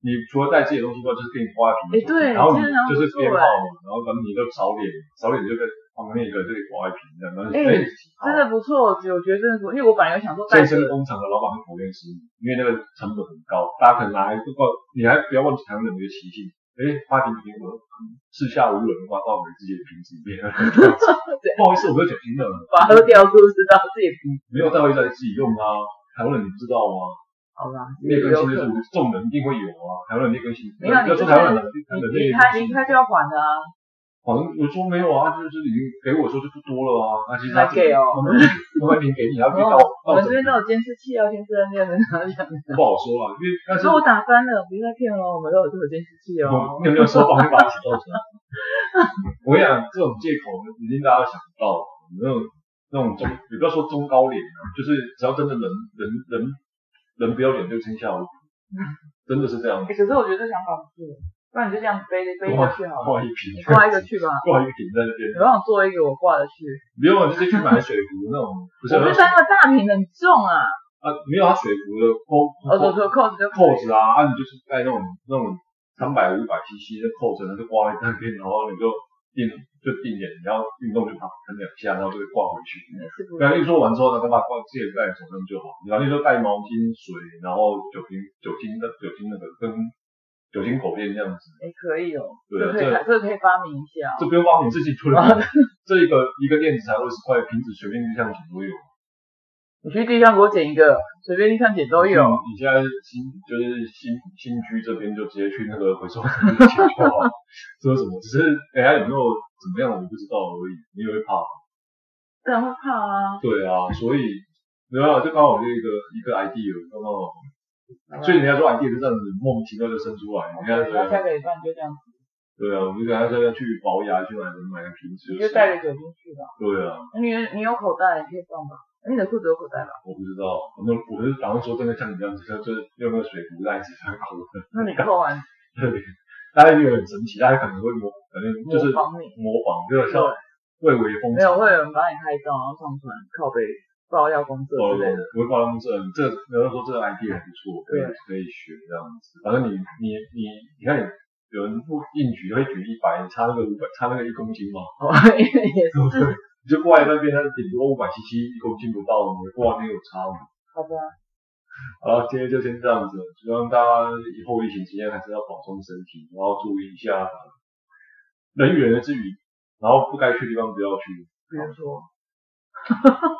Speaker 1: 你除了带自己的东西之外，就是给你花一瓶酒，
Speaker 2: 哎对
Speaker 1: 然后你
Speaker 2: 真的很
Speaker 1: 就是
Speaker 2: 不错
Speaker 1: 鞭炮
Speaker 2: 哎
Speaker 1: 嘛，然后等你就扫脸，扫脸就跟旁边一个就给花一瓶这样，然后就
Speaker 2: 哎
Speaker 1: 哎，好
Speaker 2: 真的不错，我觉得真的不错，因为我本来有想说带
Speaker 1: 健身
Speaker 2: 这个，
Speaker 1: 工厂的老板会讨厌死你，因为那个成本很高，大家可能拿来不过，你还不要忘记台湾人的习性，哎，花瓶苹果，四下无人的话，到我们自己的瓶子里 面，不好意思，我没有酒精的，
Speaker 2: 把它喝掉是不是？到自己鼻。
Speaker 1: 没有带回来自己用啊。台湾人你不知道吗？
Speaker 2: 好吧，
Speaker 1: 劣根
Speaker 2: 有
Speaker 1: 性
Speaker 2: 可
Speaker 1: 就是
Speaker 2: 能。
Speaker 1: 这种人一定会有啊，台湾人劣根性，
Speaker 2: 没有，
Speaker 1: 不要
Speaker 2: 你就是
Speaker 1: 说台湾人，台湾人
Speaker 2: 你
Speaker 1: 劣
Speaker 2: 离
Speaker 1: 根
Speaker 2: 开
Speaker 1: 性
Speaker 2: 离开就要还的啊。
Speaker 1: 好像我说没有啊，就是已经给我说就不多了啊，那其实他
Speaker 2: 还给哦
Speaker 1: 慢慢慢慢给你，然后给到
Speaker 2: 我
Speaker 1: 到
Speaker 2: 们
Speaker 1: 整个
Speaker 2: 这边都有监视器啊，监视人家人家讲。
Speaker 1: 不好说啊，因为但是
Speaker 2: 所以我打翻了，别再骗了，我们都有都有监视器
Speaker 1: 我。
Speaker 2: 哦
Speaker 1: 你有没有说谎会把它洗 到手？我跟你讲，这种借口一定大家想不到，那种那那种中，也不要说中高龄啊，就是只要真的人人人人不要脸就天下无敌，真的是这样
Speaker 2: 欸。可是我觉得这想法不错，不然你就这样背背过去好了，
Speaker 1: 挂一瓶
Speaker 2: 你，挂一个去吧。
Speaker 1: 挂一瓶在那边
Speaker 2: 你，帮我做一个我挂的去。
Speaker 1: 没有，就是去买水壶那种，不是
Speaker 2: 我就
Speaker 1: 啊，
Speaker 2: 穿个大瓶的，很重啊。
Speaker 1: 没有它水壶的扣
Speaker 2: 哦，对对，扣子就
Speaker 1: 扣子啊，啊，你就是带那种那种三百五百 CC 的扣子，然后就挂在那边，然后你就定就定点，你要运动就把它弹两下，然后就会挂回去。
Speaker 2: 也是不
Speaker 1: 对，啊例如说完之后呢，再把挂自己带手上就好。然后就带毛巾、水，然后酒精、酒精的酒精那个跟酒精口链这样子，
Speaker 2: 哎可以哦，
Speaker 1: 对
Speaker 2: 这
Speaker 1: 啊
Speaker 2: 可
Speaker 1: 这
Speaker 2: 以这个可以发明一下
Speaker 1: 这
Speaker 2: 哦。
Speaker 1: 不用帮你自己出
Speaker 2: 啊
Speaker 1: 来，这一个一个链子才二十块，瓶子随便地像什么都有。
Speaker 2: 你去地上给我捡一个，随便地上捡都有。
Speaker 1: 你现在新就是新新居这边就直接去那个回收厂捡就好，说什么只是哎呀有没有怎么样我不知道而已，你也会怕。
Speaker 2: 当然会怕啊。
Speaker 1: 对啊，所以没有啊，就刚好就一个一个 idea，刚刚好。
Speaker 2: 好吧
Speaker 1: 所以人家说 idea 就这样子莫名其妙就生出来，你看
Speaker 2: 对
Speaker 1: 对
Speaker 2: 那下
Speaker 1: 啊
Speaker 2: 个礼拜你就这样，
Speaker 1: 对啊，我们就赶快要去保养去买买个瓶子
Speaker 2: 你
Speaker 1: 就
Speaker 2: 就是带着酒精去吧。
Speaker 1: 对啊，
Speaker 2: 你你有口袋，你可以放吧。哎你的裤子有口袋吧？
Speaker 1: 我不知道，我们我是打算说真的像你这样子，就就是用那个水壶来一起穿口的，
Speaker 2: 那你扣完
Speaker 1: 对， 大家觉得很神奇，大家可能会模，可能
Speaker 2: 模
Speaker 1: 就是
Speaker 2: 仿你。
Speaker 1: 模仿，有点
Speaker 2: 对
Speaker 1: 像蔚为风
Speaker 2: 没有，
Speaker 1: 潮。
Speaker 2: 会有人把你拍照，然后上传靠背爆料公社
Speaker 1: 哦，
Speaker 2: 之 类的。
Speaker 1: 我会发现这这有人说这个 idea 还不错，可以
Speaker 2: 对
Speaker 1: 可以学这样子。反正你你你你看有人不硬举会举一百，你差那个五百，差那个一公斤嘛，
Speaker 2: 哦，也是，
Speaker 1: 对不对？你就挂在那边，它顶多五百 cc 一公斤不到，你挂那有差嘛。
Speaker 2: 好吧，
Speaker 1: 好了，今天就先这样子，希望大家以后疫情期间还是要保重身体，然后注意一下人与人的之余，然后不该去的地方不要去。
Speaker 2: 比如说，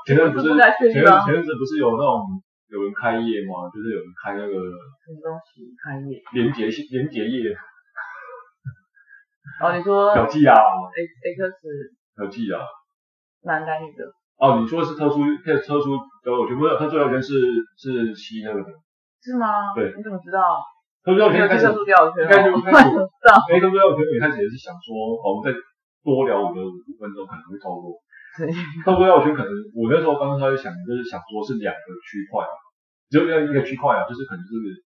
Speaker 1: 前阵不是
Speaker 2: 不该去的
Speaker 1: 前
Speaker 2: 地
Speaker 1: 阵
Speaker 2: 方
Speaker 1: 前阵子不是有那种有人开业吗？就是有人开那个
Speaker 2: 什么东西开业？
Speaker 1: 连结连结业，
Speaker 2: 嗯哦，你说
Speaker 1: 小记啊，
Speaker 2: X X
Speaker 1: 小记啊。
Speaker 2: 男男女的，
Speaker 1: 哦，你说的是特殊特特殊呃交友圈，不是特殊交友圈是是吸那个的，
Speaker 2: 是吗？
Speaker 1: 对，
Speaker 2: 你怎么知道？
Speaker 1: 特殊交友
Speaker 2: 你
Speaker 1: 圈
Speaker 2: 有
Speaker 1: 一开
Speaker 2: 去
Speaker 1: 始
Speaker 2: 特殊教圈
Speaker 1: 应该就
Speaker 2: 吗？
Speaker 1: 应 该
Speaker 2: 怎
Speaker 1: 就
Speaker 2: 么知道？
Speaker 1: 哎，特殊交友圈一开始也是想说，哦，我们再多聊五个五分钟可能会超过。特殊交友圈可能我那时候刚开始想就是想说是两个区块，啊就那一个区块啊，就是可能就是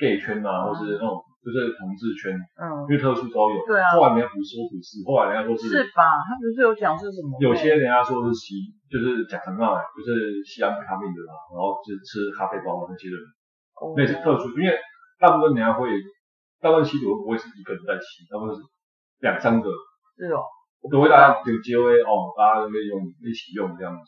Speaker 1: gay 圈啊，或是那种就是同志圈，
Speaker 2: 嗯，
Speaker 1: 因为特殊交友，
Speaker 2: 对啊
Speaker 1: 后来人家不是说不是，后来人家说
Speaker 2: 是吧？他不是有讲是什么？
Speaker 1: 有些人家说是吸，就是甲糖钠，就是吸安非他命的啦，然后就是吃咖啡包那些人，
Speaker 2: 哦
Speaker 1: 那也是特殊，因为大部分人家会，大部分吸毒不会是一个人在吸，大部分是两三个，
Speaker 2: 是哦，
Speaker 1: 都会大家有结为哦，大家都可以用一起用这样子。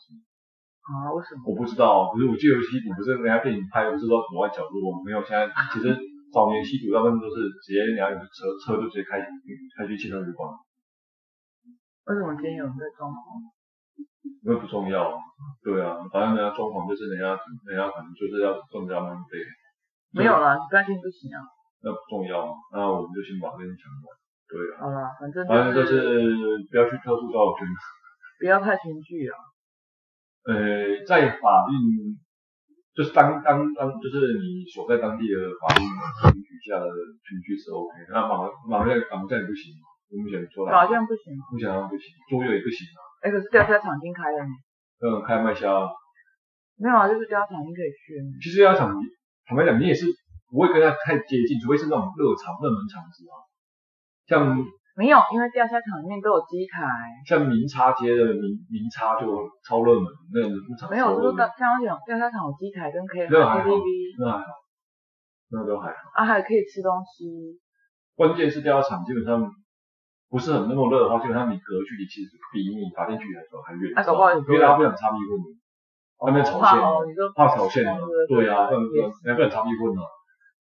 Speaker 2: 啊，为什么？
Speaker 1: 我不知道，可是我记得有吸毒不是人家电影拍，不是说躲在角落，没有。现 在其实早年吸毒大部分都是直接人家有车车就直接开开去汽车旅馆，
Speaker 2: 为什么今天有人在装潢？
Speaker 1: 那不重要啊，对啊，反正人家装潢就是人家人家可能就是要赚人家漫费，
Speaker 2: 没有啦，你担心不行啊。
Speaker 1: 那不重要啊，那我们就先把这件讲完，对啊，
Speaker 2: 好啦，反正
Speaker 1: 反正就
Speaker 2: 就是
Speaker 1: 是不要去特殊交友圈，
Speaker 2: 不要太群聚啊。
Speaker 1: 呃，在法令就是当当当就是你所在当地的法律允许下的群聚是 OK，那马马来马来西亚也不行，我目前说
Speaker 2: 好
Speaker 1: 来
Speaker 2: 像不行哦。
Speaker 1: 目前好像不行，桌游也不行啊，
Speaker 2: 哎，可是钓虾场已经开了呢。
Speaker 1: 那个开麦虾啊
Speaker 2: 没有啊，就是钓虾场已经可以去了。
Speaker 1: 其实要想，坦白讲，你也是不会跟他太接近，除非是那种热场、热门场子啊，像
Speaker 2: 没有，因为钓虾场里面都有机台。
Speaker 1: 像明叉街的明明叉就超热门，那个入场
Speaker 2: 没有，
Speaker 1: 超
Speaker 2: 我
Speaker 1: 热
Speaker 2: 说
Speaker 1: 门
Speaker 2: 钓钓虾场钓虾场有机台跟可以
Speaker 1: 那还好
Speaker 2: KTV
Speaker 1: 那还好，那都还好。
Speaker 2: 啊，还可以吃东西。
Speaker 1: 关键是第二场基本上不是很那么热的话，基本上你隔距离其实比你打电距离来说还远，
Speaker 2: 那啊搞不好有
Speaker 1: 因为大家不想擦屁股，他们在
Speaker 2: 哦
Speaker 1: 吵
Speaker 2: 怕
Speaker 1: 线
Speaker 2: 哦，你说
Speaker 1: 怕吵线啊，对啊，不
Speaker 2: 不
Speaker 1: 然不然两个人擦屁股啊。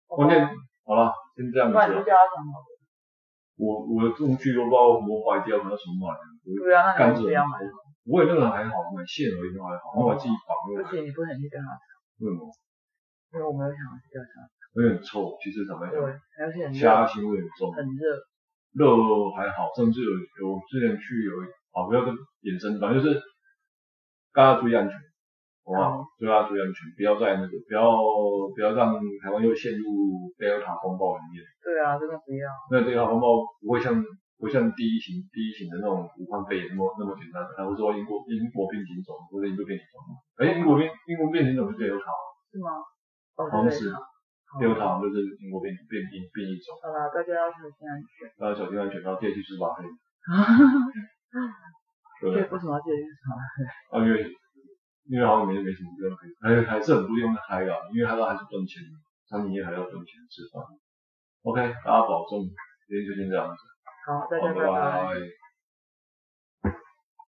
Speaker 1: 关
Speaker 2: 关键
Speaker 1: 键好了，先这样
Speaker 2: 哦不
Speaker 1: 子
Speaker 2: 然你
Speaker 1: 啊
Speaker 2: 就。钓虾场好了。
Speaker 1: 我我的用具都不知道磨坏掉，要重买。我
Speaker 2: 对啊，那
Speaker 1: 甘
Speaker 2: 你
Speaker 1: 蔗
Speaker 2: 就不要买。
Speaker 1: 我也那个还好，买线而已都还好，然后我自己绑那个，
Speaker 2: 不行，你不能去钓虾，
Speaker 1: 为什么？
Speaker 2: 因为我没有想要去钓虾。
Speaker 1: 有点臭，其实坦白
Speaker 2: 对
Speaker 1: 讲，，
Speaker 2: 而且很
Speaker 1: 虾
Speaker 2: 热，
Speaker 1: 腥味很重，
Speaker 2: 很热。
Speaker 1: 热还好，甚至有有之前去有啊，不要跟衍生，反正就是大家注意安全，好不好
Speaker 2: 好？
Speaker 1: 对大家注意安全，不要在那个，不要不要让台湾又陷入 Delta 风暴里面。
Speaker 2: 对啊，真的不要。
Speaker 1: 那 Delta 风暴不会像不像第一型第一型的那种武汉肺炎那么那么简单，他会说英国英国变形种或者印度变形种，而且英国变英国变形种是最有考，
Speaker 2: 是吗？哦，
Speaker 1: 好像
Speaker 2: 对
Speaker 1: 是
Speaker 2: 好
Speaker 1: 最有考就是英国变变变变异种，
Speaker 2: 好啦，大家要小心安全。
Speaker 1: 然后小心安全，然后第二句是拉黑，对不对？
Speaker 2: 对，为什么要介意什么？
Speaker 1: 啊，因为因为好像没没什么地方可以，还有还是很多地方开的，因为他都还是赚钱，餐饮业还要赚钱吃饭。OK，大家保重，今天就先这样子，
Speaker 2: 好，大
Speaker 1: 好拜
Speaker 2: 家拜拜。
Speaker 1: 拜。